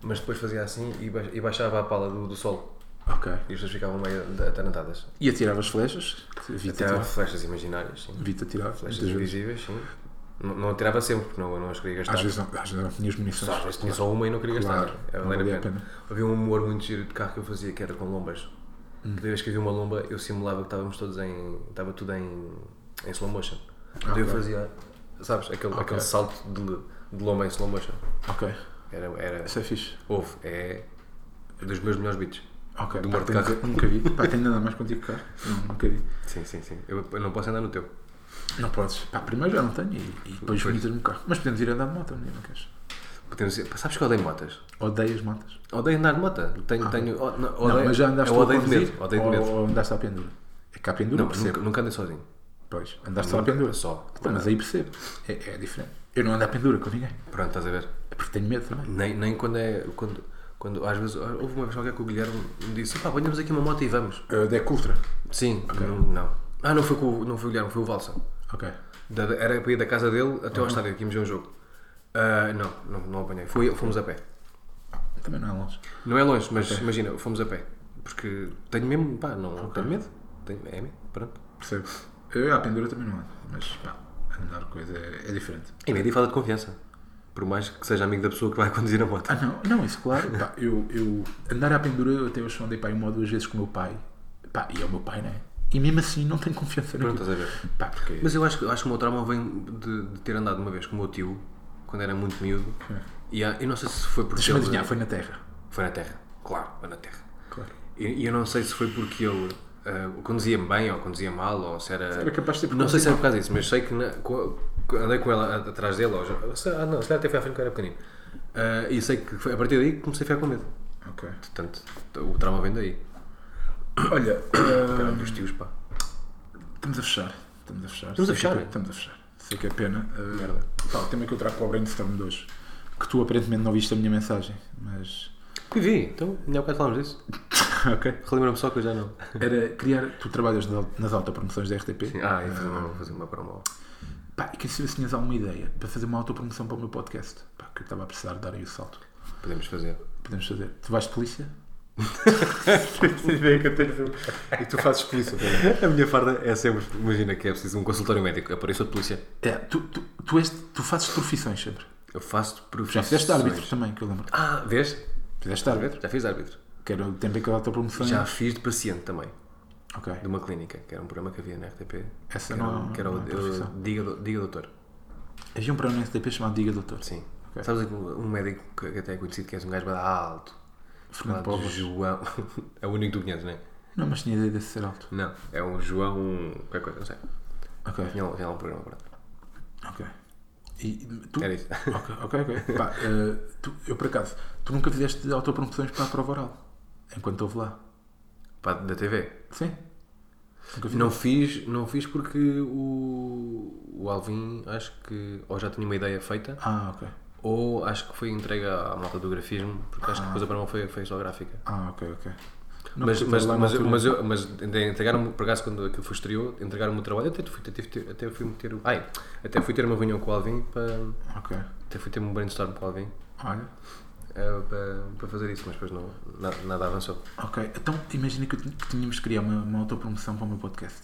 mas depois fazia assim e, ba- e baixava a pala do, do sol.
Ok.
E as pessoas ficavam meio atarantadas.
E atirava as flechas. Vi-te
Até
atirar.
flechas imaginárias, sim.
Vi-te atirar.
Flechas
Muitas vezes.
visíveis, sim. Não, não tirava sempre, porque não, não as queria gastar.
Às vezes não, às vezes não tinhas munições.
Só, às vezes tinha só uma e não queria
Claro,
gastar. Era
não
valer a
valia a
pena. Havia um humor muito giro de carro que eu fazia que era com lombas.
Hum.
Cada vez que havia uma lomba, eu simulava que estávamos todos em. estava tudo em, em slow motion. Então eu
Ok.
fazia, sabes, aquele, aquele salto de, de lomba em slow motion.
Ok.
Era. era
Isso é fixe.
houve, é. dos meus melhores beats.
Ok,
Do
pá,
morto
tenho
carro.
que- nunca vi. Pá, tenho nada mais contigo, cara. um Não, nunca vi.
Sim, sim, sim. Eu, eu não posso andar no teu.
Não podes. Pá, primeiro já não tenho e, e depois
Pois.
meter-me carro. Mas podemos ir andar de moto, não é? Não queres?
Podemos ir- Sabes que eu odeio motas?
Odeias motas?
Odeio andar de mota. Tenho, tenho, o- não, odeio,
Ah. não, mas já andaste
eu
tu a
odeio de
conduzir?
medo. Odeio de
ou,
medo.
ou andaste à pendura? É que à pendura
Não,
eu percebo.
nunca, nunca andei sozinho.
Pois, andaste só à pendura.
Só.
Pá, mas aí percebo. É, é diferente. Eu não ando à pendura com ninguém.
Pronto, estás a ver?
É porque tenho medo também.
Nem, nem quando é. Quando, quando, às vezes, ah, houve uma vez qualquer que o Guilherme me disse: pá, ponhamos aqui uma moto e vamos.
Uh, da Cultra.
Sim, não, não. Ah, não foi, com, o- não foi o Guilherme, foi o Valsa.
Ok.
Da- era para ir da casa dele até ao
Uhum.
estádio, que íamos ver um jogo. Ah, não, não, não apanhei. Foi, fomos a pé.
Também não é longe.
Não é longe, mas imagina, fomos a pé. Porque tenho mesmo, pá, não tenho medo. Tenho, é medo, pronto.
Percebo. Eu à pendura também não ando. Mas pá, andar coisa é, é diferente.
E medo e falta de confiança. Por mais que seja amigo da pessoa que vai conduzir a moto.
Ah, não, não, isso claro. Pá, eu, eu andar à pendura, eu até hoje andei pá, uma ou duas vezes com o meu pai. Pá, e é o meu pai, né? E mesmo assim não tenho confiança
Pronto,
naquilo.
estás a ver.
Pá, porque.
Mas eu acho, que- eu acho que o meu trauma vem de, de ter andado uma vez com o meu tio, quando era muito miúdo. E ah, eu não sei se foi porque.
Deixa-me
ele-
adivinhar, foi na Terra.
Foi na Terra. Claro, foi na Terra.
Claro.
E e eu não sei se foi porque ele ah, conduzia bem ou conduzia mal ou se era.
Era capaz de ser porque
Não sei se era por causa disso, mas sei que na- co- co- andei com ela a- atrás dele. Ou já, se- ah, não, se calhar até foi à frente quando era pequenino. Ah, e sei que foi a partir daí que comecei a ficar com medo.
Ok.
Portanto, o trauma vem daí.
Olha,
Cara,
ah,
dos tios, pá.
estamos a fechar. Estamos a fechar.
Estamos a
Sei que é
fechar?
pena- Estamos a fechar. Sei que é pena. Ah, pá, o tema que eu trago para o brainstorm de hoje. Que tu aparentemente não viste a minha mensagem, mas.
Que vi, então, ainda há bocado falámos disso.
ok.
Relembra-me só que eu já não.
Era criar. Tu trabalhas na- nas autopromoções da RTP.
Ah, e fazer uma, fazer uma promo.
Pá, e queria saber se tinhas alguma ideia para fazer uma autopromoção para o meu podcast. Pá, que eu estava a precisar de dar aí o salto.
Podemos fazer.
Podemos fazer. Tu vais de polícia?
e tu fazes polícia. A minha farda é sempre, imagina que é preciso um consultório médico. Apareço de polícia.
É, tu, tu, tu, és, tu fazes profissões sempre.
Eu faço de
Já
profissões.
fizeste árbitro também, que eu lembro.
Ah, vês?
Fizeste árbitro?
Já fiz árbitro.
Que era o tempo em que eu dava promoção.
Já fiz de paciente também,
Ok.
de uma clínica, que era um programa que havia na RTP.
Essa
que era, um,
não é-
que era o
não é profissão.
eu- Diga, Do- Diga Doutor.
Havia um programa na STP chamado Diga Doutor.
Sim.
Ok.
Sabes que um um médico que que até é conhecido, que és um gajo bada alto.
Fernando
chamado
Povas.
João. é o único que tu conheces, não é?
Não, mas tinha ideia desse ser alto.
Não, é um João. qualquer coisa, não sei.
Ok.
Tinha lá, tinha lá um programa, pronto.
Ok. E tu.
Era isso.
Ok, ok, ok. Pá, eh, tu- eu por acaso, tu nunca fizeste autopromoções para a prova oral. Enquanto houve lá.
Pá, da TV.
Sim? Nunca
Não fiz, não fiz porque o, o Alvin, acho que. Ou já tinha uma ideia feita,
Ah, ok.
ou acho que foi entregue à à malta do grafismo, porque acho que depois a para foi, foi só gráfica.
Ah, ok, ok. Ah. Não,
Mas,
porque
mas,
lá na
mas,
altura-
mas, eu, mas ainda entregaram-me, por acaso, quando aquilo foi exterior, entregaram-me o trabalho. Eu até fui, até fui, até fui meter. o- Ai, até fui ter uma reunião com o Alvin para.
Ok.
Até fui ter um brainstorm com o Alvin
Olha.
eh, para, para fazer isso, mas depois não, nada, nada avançou.
Ok, então imagina que, eu tin- que tínhamos de criar uma, uma autopromoção para o meu podcast.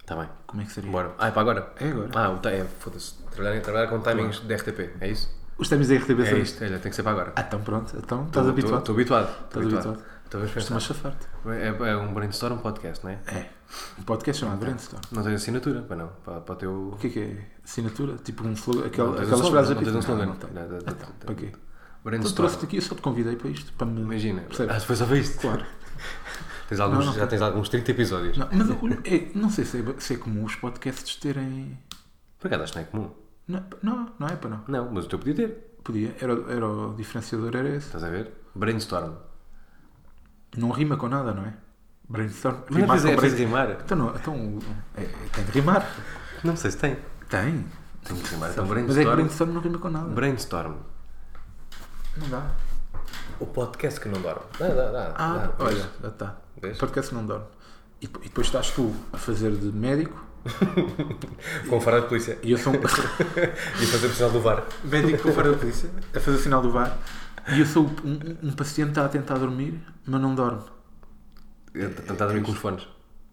Está bem.
Como é que seria?
Bora. Ah, é para agora?
É agora.
Ah, o ti- é, foda-se. Trabalhar, trabalhar com timings da RTP, é isso?
Os temas da RTP
É
são
isto, olha, tem que ser para agora.
Ah, então pronto. Então estás
Estou-
habituado.
Estou habituado. Estou
habituado.
Então vamos pensar.
Costumas safar-te.
É, é um brainstorm podcast, não é?
É. Um podcast chamado Brainstorm.
Não tens assinatura, para não, para, para o teu...
O que é que é? Assinatura? Tipo um slogan? Aquela,
Não tens um
aquelas
slogan,
frases
não tens um slogan.
Não, não tem.
Não, não, não,
Então,
não,
para quê? Tu
Brainstorm.
trouxe-te aqui, eu só te convidei para isto. Para me...
Imagina.
Percebes?
Ah, depois só foi isto.
Claro.
Tens alguns,
Não, não.
já tens alguns 30 episódios.
Não, mas eu- é, não sei se é, se é comum os podcasts terem.
Por acaso acho que não é comum.
Não, não, não é para não.
Não, mas o teu podia ter.
Podia. Era, o- era o diferenciador, era esse.
Estás a ver? Brainstorm.
Não rima com nada, não é? Brainstorm.
Mas não é preciso- é
com
preciso
brain-
rimar.
Então, não, então é, é- tem de rimar.
Não sei se tem.
Tem.
Tem que rimar. Então
Mas é que
brainstorm.
brainstorm não rima com nada.
Brainstorm.
Não dá.
O podcast que não dorme. Dá, dá, dá.
Ah,
dá.
olha, já está.
Vês?
Podcast não dorme. E, dep- e depois estás tu a fazer de médico
Com farda de polícia.
e eu sou um
E fazer o sinal do VAR.
médico com fora da polícia a fazer sinal do VAR e eu sou um, um- um paciente que está a tentar dormir, mas não dorme.
Tentar dormir com os fones.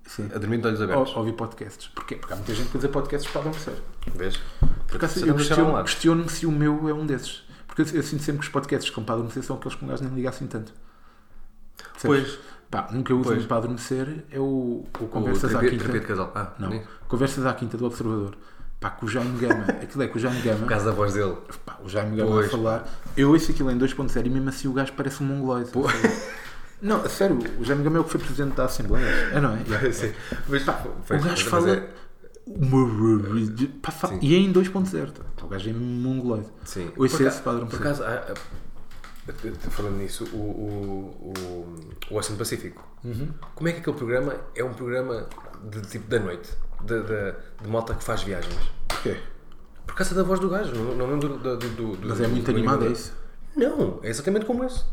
Sim.
A dormir de olhos
Ou,
abertos.
ouvir podcasts. Porquê? Porque há muita gente que usa podcasts para adormecer.
Vês?
Oh. Por acaso, eu
Estamos a chegar a um
questiono-
lado.
questiono-me se o meu é um desses. Porque eu, eu sinto sempre que os podcasts que são para adormecer são aqueles que um gajo nem liga assim tanto. Percebes? Pá, um que eu uso
Pois.
muito para adormecer é o, o
O
Conversas à
terapia,
Quinta.
terapia de casal. Ah,
Não,
nem-
Conversas à Quinta do Observador. Pá, que o Jaime Gama, aquilo é que o Jaime Gama,
Por causa da voz dele.
pá, o Jaime Gama
Pois.
a falar, eu ouço aquilo em 2.0 e mesmo assim o gajo parece um mongoloide. Não, a sério, o Jaime Gamel que foi presidente da Assembleia. É, não é? Yeah.
Sim. Mas, foi-
O gajo
mas-
fala.
mas é-
Uma religion- pá, fa- E é em 2.0. tá? O gajo é mongoloide.
Sim.
Ou isso
Por
é
aca-
esse padrão.
Por
sim.
acaso, ah, ah, falando nisso, o, o, o, o Oceano Pacífico.
Uhum.
Como é que aquele programa é um programa de tipo da noite, de, de, de malta que faz viagens?
Porquê?
Por causa da voz do gajo, não, não lembro do, do, do- do-
Mas é
do-
muito
do
animado, é
animador.
isso?
Não, é exatamente como esse.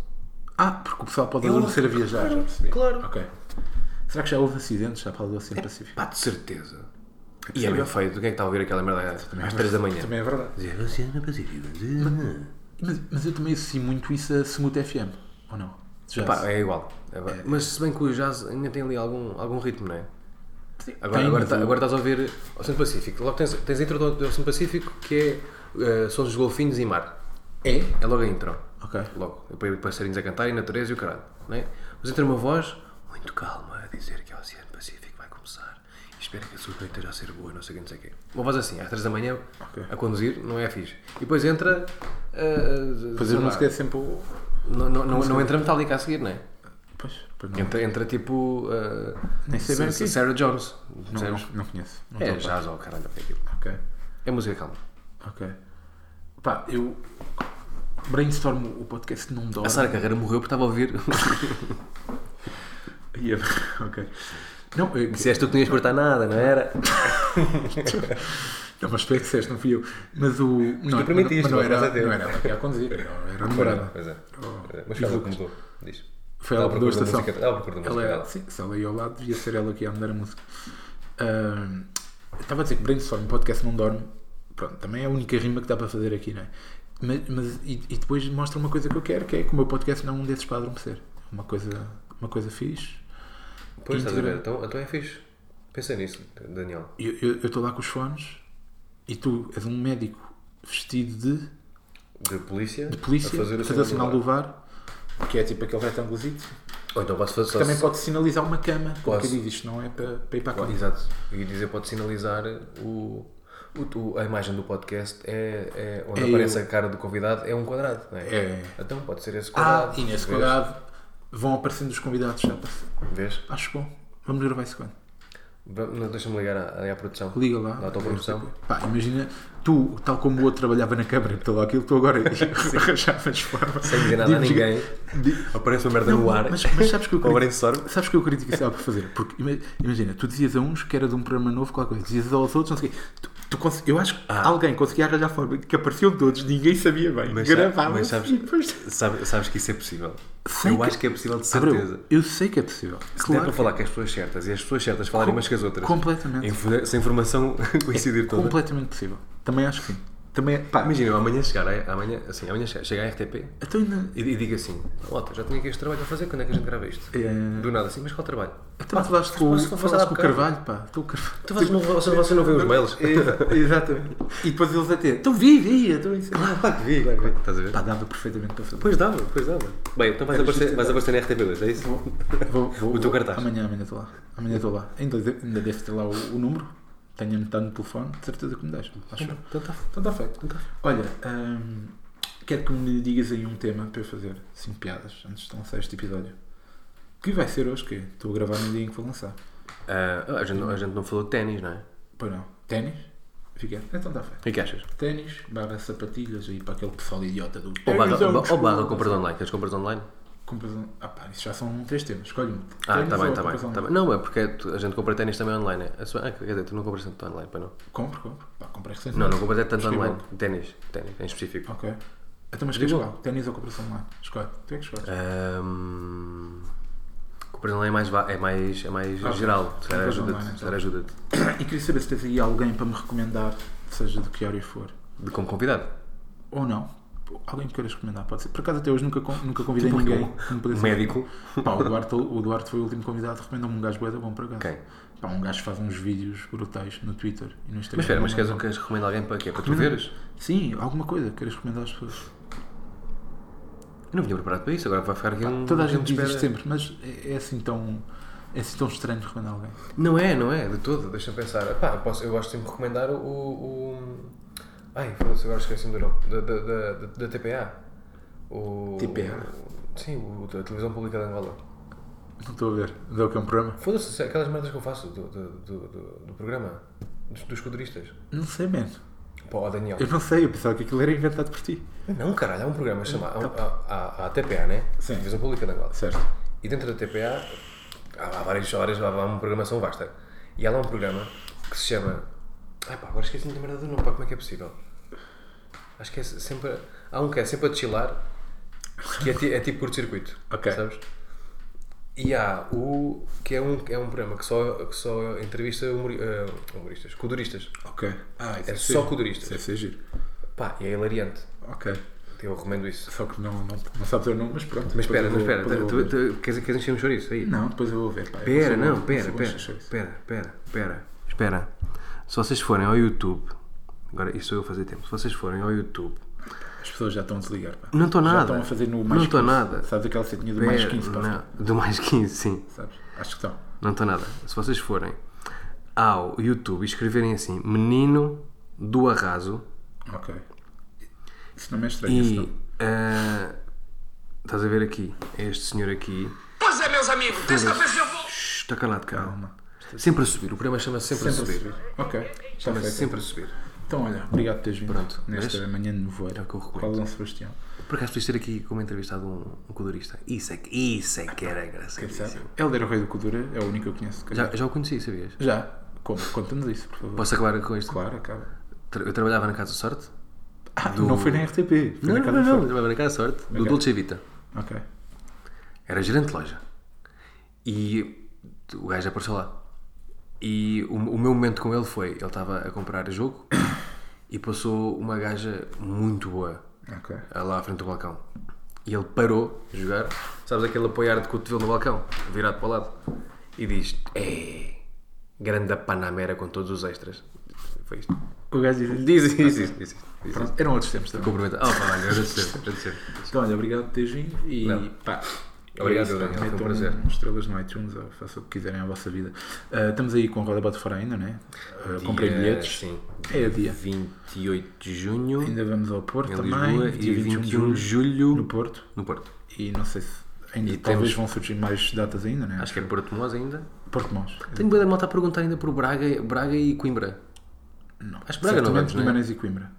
Ah, porque o pessoal pode
Ele-
adormecer a viajar, já
Claro,
percebi.
claro.
Ok. Será que já houve acidentes já para o Oceano Pacífico?
Pá, de certeza. E é bem feio, quem é que está a ouvir aquela merda às 3 da manhã?
Também é verdade.
Dizer, Oceano Pacífico.
Mas, mas eu também associo muito isso a Smooth FM, ou não? Já
Pá, é igual. É ba- Mas se bem que o jazz ainda tem ali algum, algum ritmo, não é? Agora,
Tem,
agora,
mas
tá-
o-
agora estás a ouvir Oceano Pacífico. Logo tens, tens a intro do do Oceano Pacífico que é eh, Sons dos Golfinhos e Mar.
É?
É logo a intro.
Ok.
Logo. Depois os passarinhos a cantar e natureza e o caralho. Não é? Mas entra uma voz muito calma a dizer que o Oceano Pacífico vai começar. E espero que a sua noite esteja a ser boa, não sei o que, não sei o quê. Uma voz assim, às 3 da manhã,
Ok.
a conduzir, não é fixe. E depois entra. Uh,
Fazer música é sempre o.
Não, não, não, não entra metálica a seguir, não é?
Pois, pois não.
Entra, entra tipo. ah,
Nem sei bem o
Sa-
quê.
Sarah Jones.
Não,
percebes?
não, não conheço. Não
É
estou a par.
jazz ou caralho, é aquilo.
Ok.
É música calma.
Ok. Pá, eu. Brainstorm o podcast não dói.
A Sara Carreira morreu porque estava a ouvir.
Yeah. Ok. Não, é eu,
Disseste tu que não ias cortar nada, não era?
não, mas tu é que disseste, não fui eu. Mas o. Não,
tu permitiste,
mas não
mas
era,
é teu.
não era ela que ia a conduzir, era era a namorada.
Pois é.
Oh.
Mas foi ela que mudou. Diz.
Foi ela que mudou a estação.
Ela é procurou
Ela
a música
era,
dela.
sim, se ela ia ao lado, devia ser ela que ia mudar a música. Ahm, eu estava a dizer que brainstorm, o podcast não dorme. Pronto, também é a única rima que dá para fazer aqui, não é? Mas, mas- e, e depois mostra uma coisa que eu quero, que é que o meu podcast não é um desses para adormecer. Uma coisa, uma coisa fixe.
Pois, estás a ver?
Íntegra.
Então, então é fixe. Pensei nisso, Daniel.
Eu eu- eu estou lá com os fones e tu és um médico vestido de.
De polícia. De
polícia,
A fazer o
fazer o sinal do
do.
VAR, que é tipo aquele retângulozinho,
Ou então posso fazer só.
também
se-
pode sinalizar uma cama, porque
Posso.
diz isto não é para, para ir para a cama.
Exato. E dizer pode sinalizar o. o- o- a imagem do podcast é, é onde
É
aparece a cara do convidado é um quadrado, não é?
É.
Então pode ser esse
Ah,
quadrado.
e nesse
vês?
quadrado vão aparecendo os convidados, já passou.
Vês?
Acho bom. Vamos gravar isso quando?
Vamos- não, Deixa-me ligar à, à produção.
Liga lá.
À tua produção.
Pá, imagina, tu, tal como o outro trabalhava na câmara, pelo aquilo, tu agora arranjavas forma.
Sem dizer nada a
de-
ninguém.
de-
Aparece uma merda no ar.
Mas, mas sabes que eu
Ou
critico,
brainstorm.
sabes que eu critico isso há por fazer? Porque ima- imagina, tu dizias a uns que era de um programa novo, qualquer coisa, dizias aos outros, não sei o quê. Tu, tu cons- eu acho que alguém conseguia arranjar forma de que apareciam todos, ninguém sabia bem.
Ah. Mas sabe-
Gravava.
mas sabes- Sabe- sabes que isso é possível.
Sei
eu
que-
acho que é possível de certeza.
eu sei que é possível.
Se der para falar com as pessoas certas e as pessoas certas falarem umas com É as outras.
Completamente.
Info- Se a informação coincidir toda.
Completamente possível. Também acho que sim. Também, pá,
Imagina, eu amanhã chegar, à- amanhã, assim, amanhã chegar, chega à RTP
então ainda-
e, e diga assim: Lota, já tinha aqui este trabalho a fazer, quando é que a gente grava isto?
É.
Do nada, assim, mas qual trabalho?
Então falaste com,
mas se for falar
falaste
há
com o
bocado-
Carvalho, pá. Tu, o Carvalho.
Tu Então vocês não, vocês, vocês não vêem os mails?
Exa- Exatamente. E depois eles até. Então vi, vi,
é
então isso.
Ah, Claro que vi, claro que vi. Estás a ver?
Pá, dava perfeitamente para fazer.
Pois dava, pois dava. Bem, então vais, aparecer, vais aparecer na RTP2, é isso?
Vou- vou-
O teu cartaz.
Amanhã, amanhã estou lá. Amanhã estou lá. Ainda, de- ainda deve ter lá o, o número. Tenho anotado no telefone, de certeza que me dás. Acho eu.
Então tá.
Então está feito. Olha, hum, quero que me digas aí um tema para eu fazer 5 piadas antes de lançar este episódio. Que vai ser hoje, que é? estou a gravar no dia em que vou lançar.
Ah, a, gente, não- a gente não falou de ténis, não é?
Pois não. Ténis? Fica. Então está feito.
O que é que achas?
Ténis, barra sapatilhas aí para aquele pessoal idiota do.
Ou barra,
Ténis é um
ou barra
desconto.
compras online? Tens compras online?
Compras um- Ah pá, isso já são três temas. Escolhe um.
Ah,
Ténis
está bem,
ou
está bem,
compras um-
tá bem. Não, é porque tu- a gente compra ténis também online. é? A sua- Ah, quer dizer, tu não compras tanto online, para não?
Compro, compro. Pá, comprei recentemente.
Não, não compras é tanto
Esquivou.
online. Ténis, ténis, em específico.
Ok. Então, mas queres qual? Ténis ou compras online? Escolhe. Tu é que escolhes.
Ahm, compras online é mais, va- é mais, é mais
Ah,
geral. Se calhar
compras online,
ajuda-te.
então.
se calhar ajuda-te.
E queria saber se tens aí alguém para me recomendar, seja de que área for.
De como convidado.
Ou não. Alguém me queiras recomendar, pode ser. Por acaso até hoje nunca, con- nunca convidei
Tipo
ninguém.
um-
é que me pudesse-
um médico.
Pá, o Duarte, o Duarte foi o último convidado, recomendou-me um gajo bué da bom por acaso.
Quem?
Pá, um gajo que faz uns vídeos brutais no Twitter e no Instagram.
Mas espera, mas
Não
queres um-
lembro.
que recomenda alguém para quê? Para tu
Hum.
veres?
Sim, alguma coisa que queiras recomendar às pessoas.
Eu não vinha preparado para isso, agora vai ficar aqui um.
Ah, Toda a
um
gente diz
espera.
isto sempre, mas é, é assim tão. É assim tão estranho recomendar alguém.
Não é, não é, de todo, deixa-me pensar. Pá, eu, posso, eu gosto de me recomendar o. o... Ai, foda-se, agora esqueci-me do nome. Da, da, da, da- da TPA. O...
TPA?
Sim, o, a televisão pública de Angola.
Não estou a ver. Onde é que é um programa?
Foda-se, se- aquelas merdas que eu faço do, do, do, do- do programa, dos, dos escuderistas.
Não sei, mano.
Pô, ó Daniel.
Eu não sei, eu pensava que aquilo era inventado por ti.
Não, caralho, há um programa chamado. há um- Há há a TPA, né?
então- Sim.
Televisão Pública de Angola.
Certo.
E dentro da TPA há, há várias horas, há, há uma programação vasta. E há lá um programa que se chama. Ai pá, agora esqueci-me da merda do nome, pá, como é que é possível? Acho que é sempre. Há um que é sempre a deschilar, que é, ti- é tipo curto-circuito.
Ok.
Sabes? E há o. que é um, é um programa que só, que só entrevista humori- eh, humoristas, coduristas.
Ok. Ah, isso
É
giro.
só coduristas.
Isso é ser giro.
Pá, e é hilariante.
Ok.
Eu recomendo isso.
Só que não, não, não sabes o nome, mas pronto.
Mas espera, mas
depois eu
espera,
vou- depois eu
tu,
vou ver.
tu- tu- queres, queres encher um chouriço aí?
Não, um, depois eu vou ver. Pá. Eu
Pera,
sou bom-
não, pera,
sou bom
pera,
em xixi.
pera, pera, pera, espera. Se vocês forem ao YouTube, agora isto sou eu a fazer tempo, se vocês forem ao YouTube,
As pessoas já estão a desligar, pá.
Não estou
Já
nada.
estão a fazer no
Não
mais
estou
15.
nada.
Sabes aquela setinha do
pera,
mais 15, pá.
não, do mais 15, sim,
Sabes? Acho que estão.
não estou nada. Se vocês forem ao YouTube e escreverem assim, menino do arraso
Ok. Isso não me é estranho. isso
e,
não.
ah, estás a ver aqui, é este senhor aqui,
Pois é, meus amigos, desta vez eu vou.
Shhh, está calado, calma.
Calma.
Sempre a subir, o programa chama-se sempre,
Sempre a
a subir.
subir. Ok. Está
Chama-se
feito.
sempre a subir.
Então, olha, obrigado por teres vindo.
Pronto,
Nesta
vês?
manhã de nevoeiro.
É o que eu recomendo.
Paulo Dom Sebastião.
Por acaso podias ter aqui como entrevistado um, um codorista. Isso é, que- isso é que era
Quem sabe?
engraçadíssimo.
Ele era o rei do Codura, é o único que eu conheço. que-
Já, já o conheci, sabias?
Já. Como? Conta-nos isso, por favor.
Posso acabar com isto?
Claro, acaba.
Tra- Eu trabalhava na Casa da Sorte.
Ah,
Do-
não foi na RTP. Foi
Não,
na
não,
Casa
não,
do
não. Trabalhava na Casa da Sorte, do
Ok.
Dolce Vita.
Sol. Ok.
Era gerente de loja. E o gajo apareceu lá. E o, o meu momento com ele foi: ele estava a comprar jogo e passou uma gaja muito boa.
Ok.
eh, lá à frente do balcão. E ele parou de jogar, sabes aquele apoiar de cotovelo no balcão, virado para o lado, e diz: É, grande Panamera com todos os extras. Foi isto.
O gajo diz
Diz isso, diz isso, diz isso. Diz isso.
Pronto, eram outros tempos também.
Cumprimenta. Oh, pá, olha, agradecer, agradecer.
Então, olha, obrigado por teres vindo e
Não.
pá.
Obrigado,
é isso, pá,
Daniel, foi um
metam
prazer.
Estrelas no iTunes, ou façam o que quiserem à vossa vida. Ah, estamos aí com a roda bate fora ainda, né? Uh, comprei
Dia,
bilhetes.
Sim.
É dia.
28 de junho
Ainda vamos ao Porto
em
também.
Lisboa
dia um
e 21 de julho,
no Porto.
no Porto.
E não sei se ainda
E
talvez
temos-
vão surgir mais datas ainda, né?
Acho que é Porto Mós ainda.
Porto Mons.
Tenho boa da malta a perguntar ainda por Braga, Braga e Coimbra.
Não.
Acho que Braga não vamos,
Certamente
né?
Guimarães e Coimbra.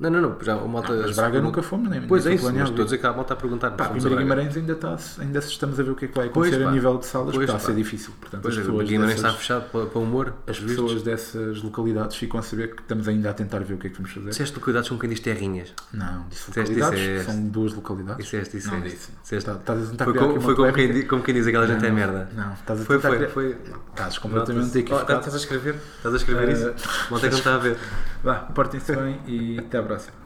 Não, não, não. Já, a malta,
Ah, Mas Braga nunca fomos, nem
Pois é
nem
isso,
foi
mas
planeado.
estou a dizer que há malta a perguntar.
Pá,
Pá,
Coimbra e Guimarães ainda, está, ainda estamos a ver o que é que vai
Pois,
acontecer a
pá.
nível de salas,
Pois,
porque está a
pá.
ser difícil. Portanto,
Pois,
as
o
pessoas
Guimarães
dessas-
é está fechado para, para o humor. As
As pessoas dessas localidades ficam a saber que estamos ainda a tentar ver o que é que vamos fazer.
Disseste localidades são um bocadinho terrinhas.
Não, disse
Disseste, é
localidades,
disseste.
são duas localidades.
Disseste, disseste.
Não disse.
Disseste.
Tá- Estás a tentar
é Foi,
criar aqui
como,
uma
foi como, quem,
polémica.
di- como quem diz aquela gente é merda.
Não, estás a
Foi,
tentar
foi,
criar-
foi.
Estás completamente
Nota-se. Oh,
equivocado.
Estás a escrever? Estás a escrever
Eh,
isso? Malta que não está a ver.
Vá, portem-se bem e até à próxima.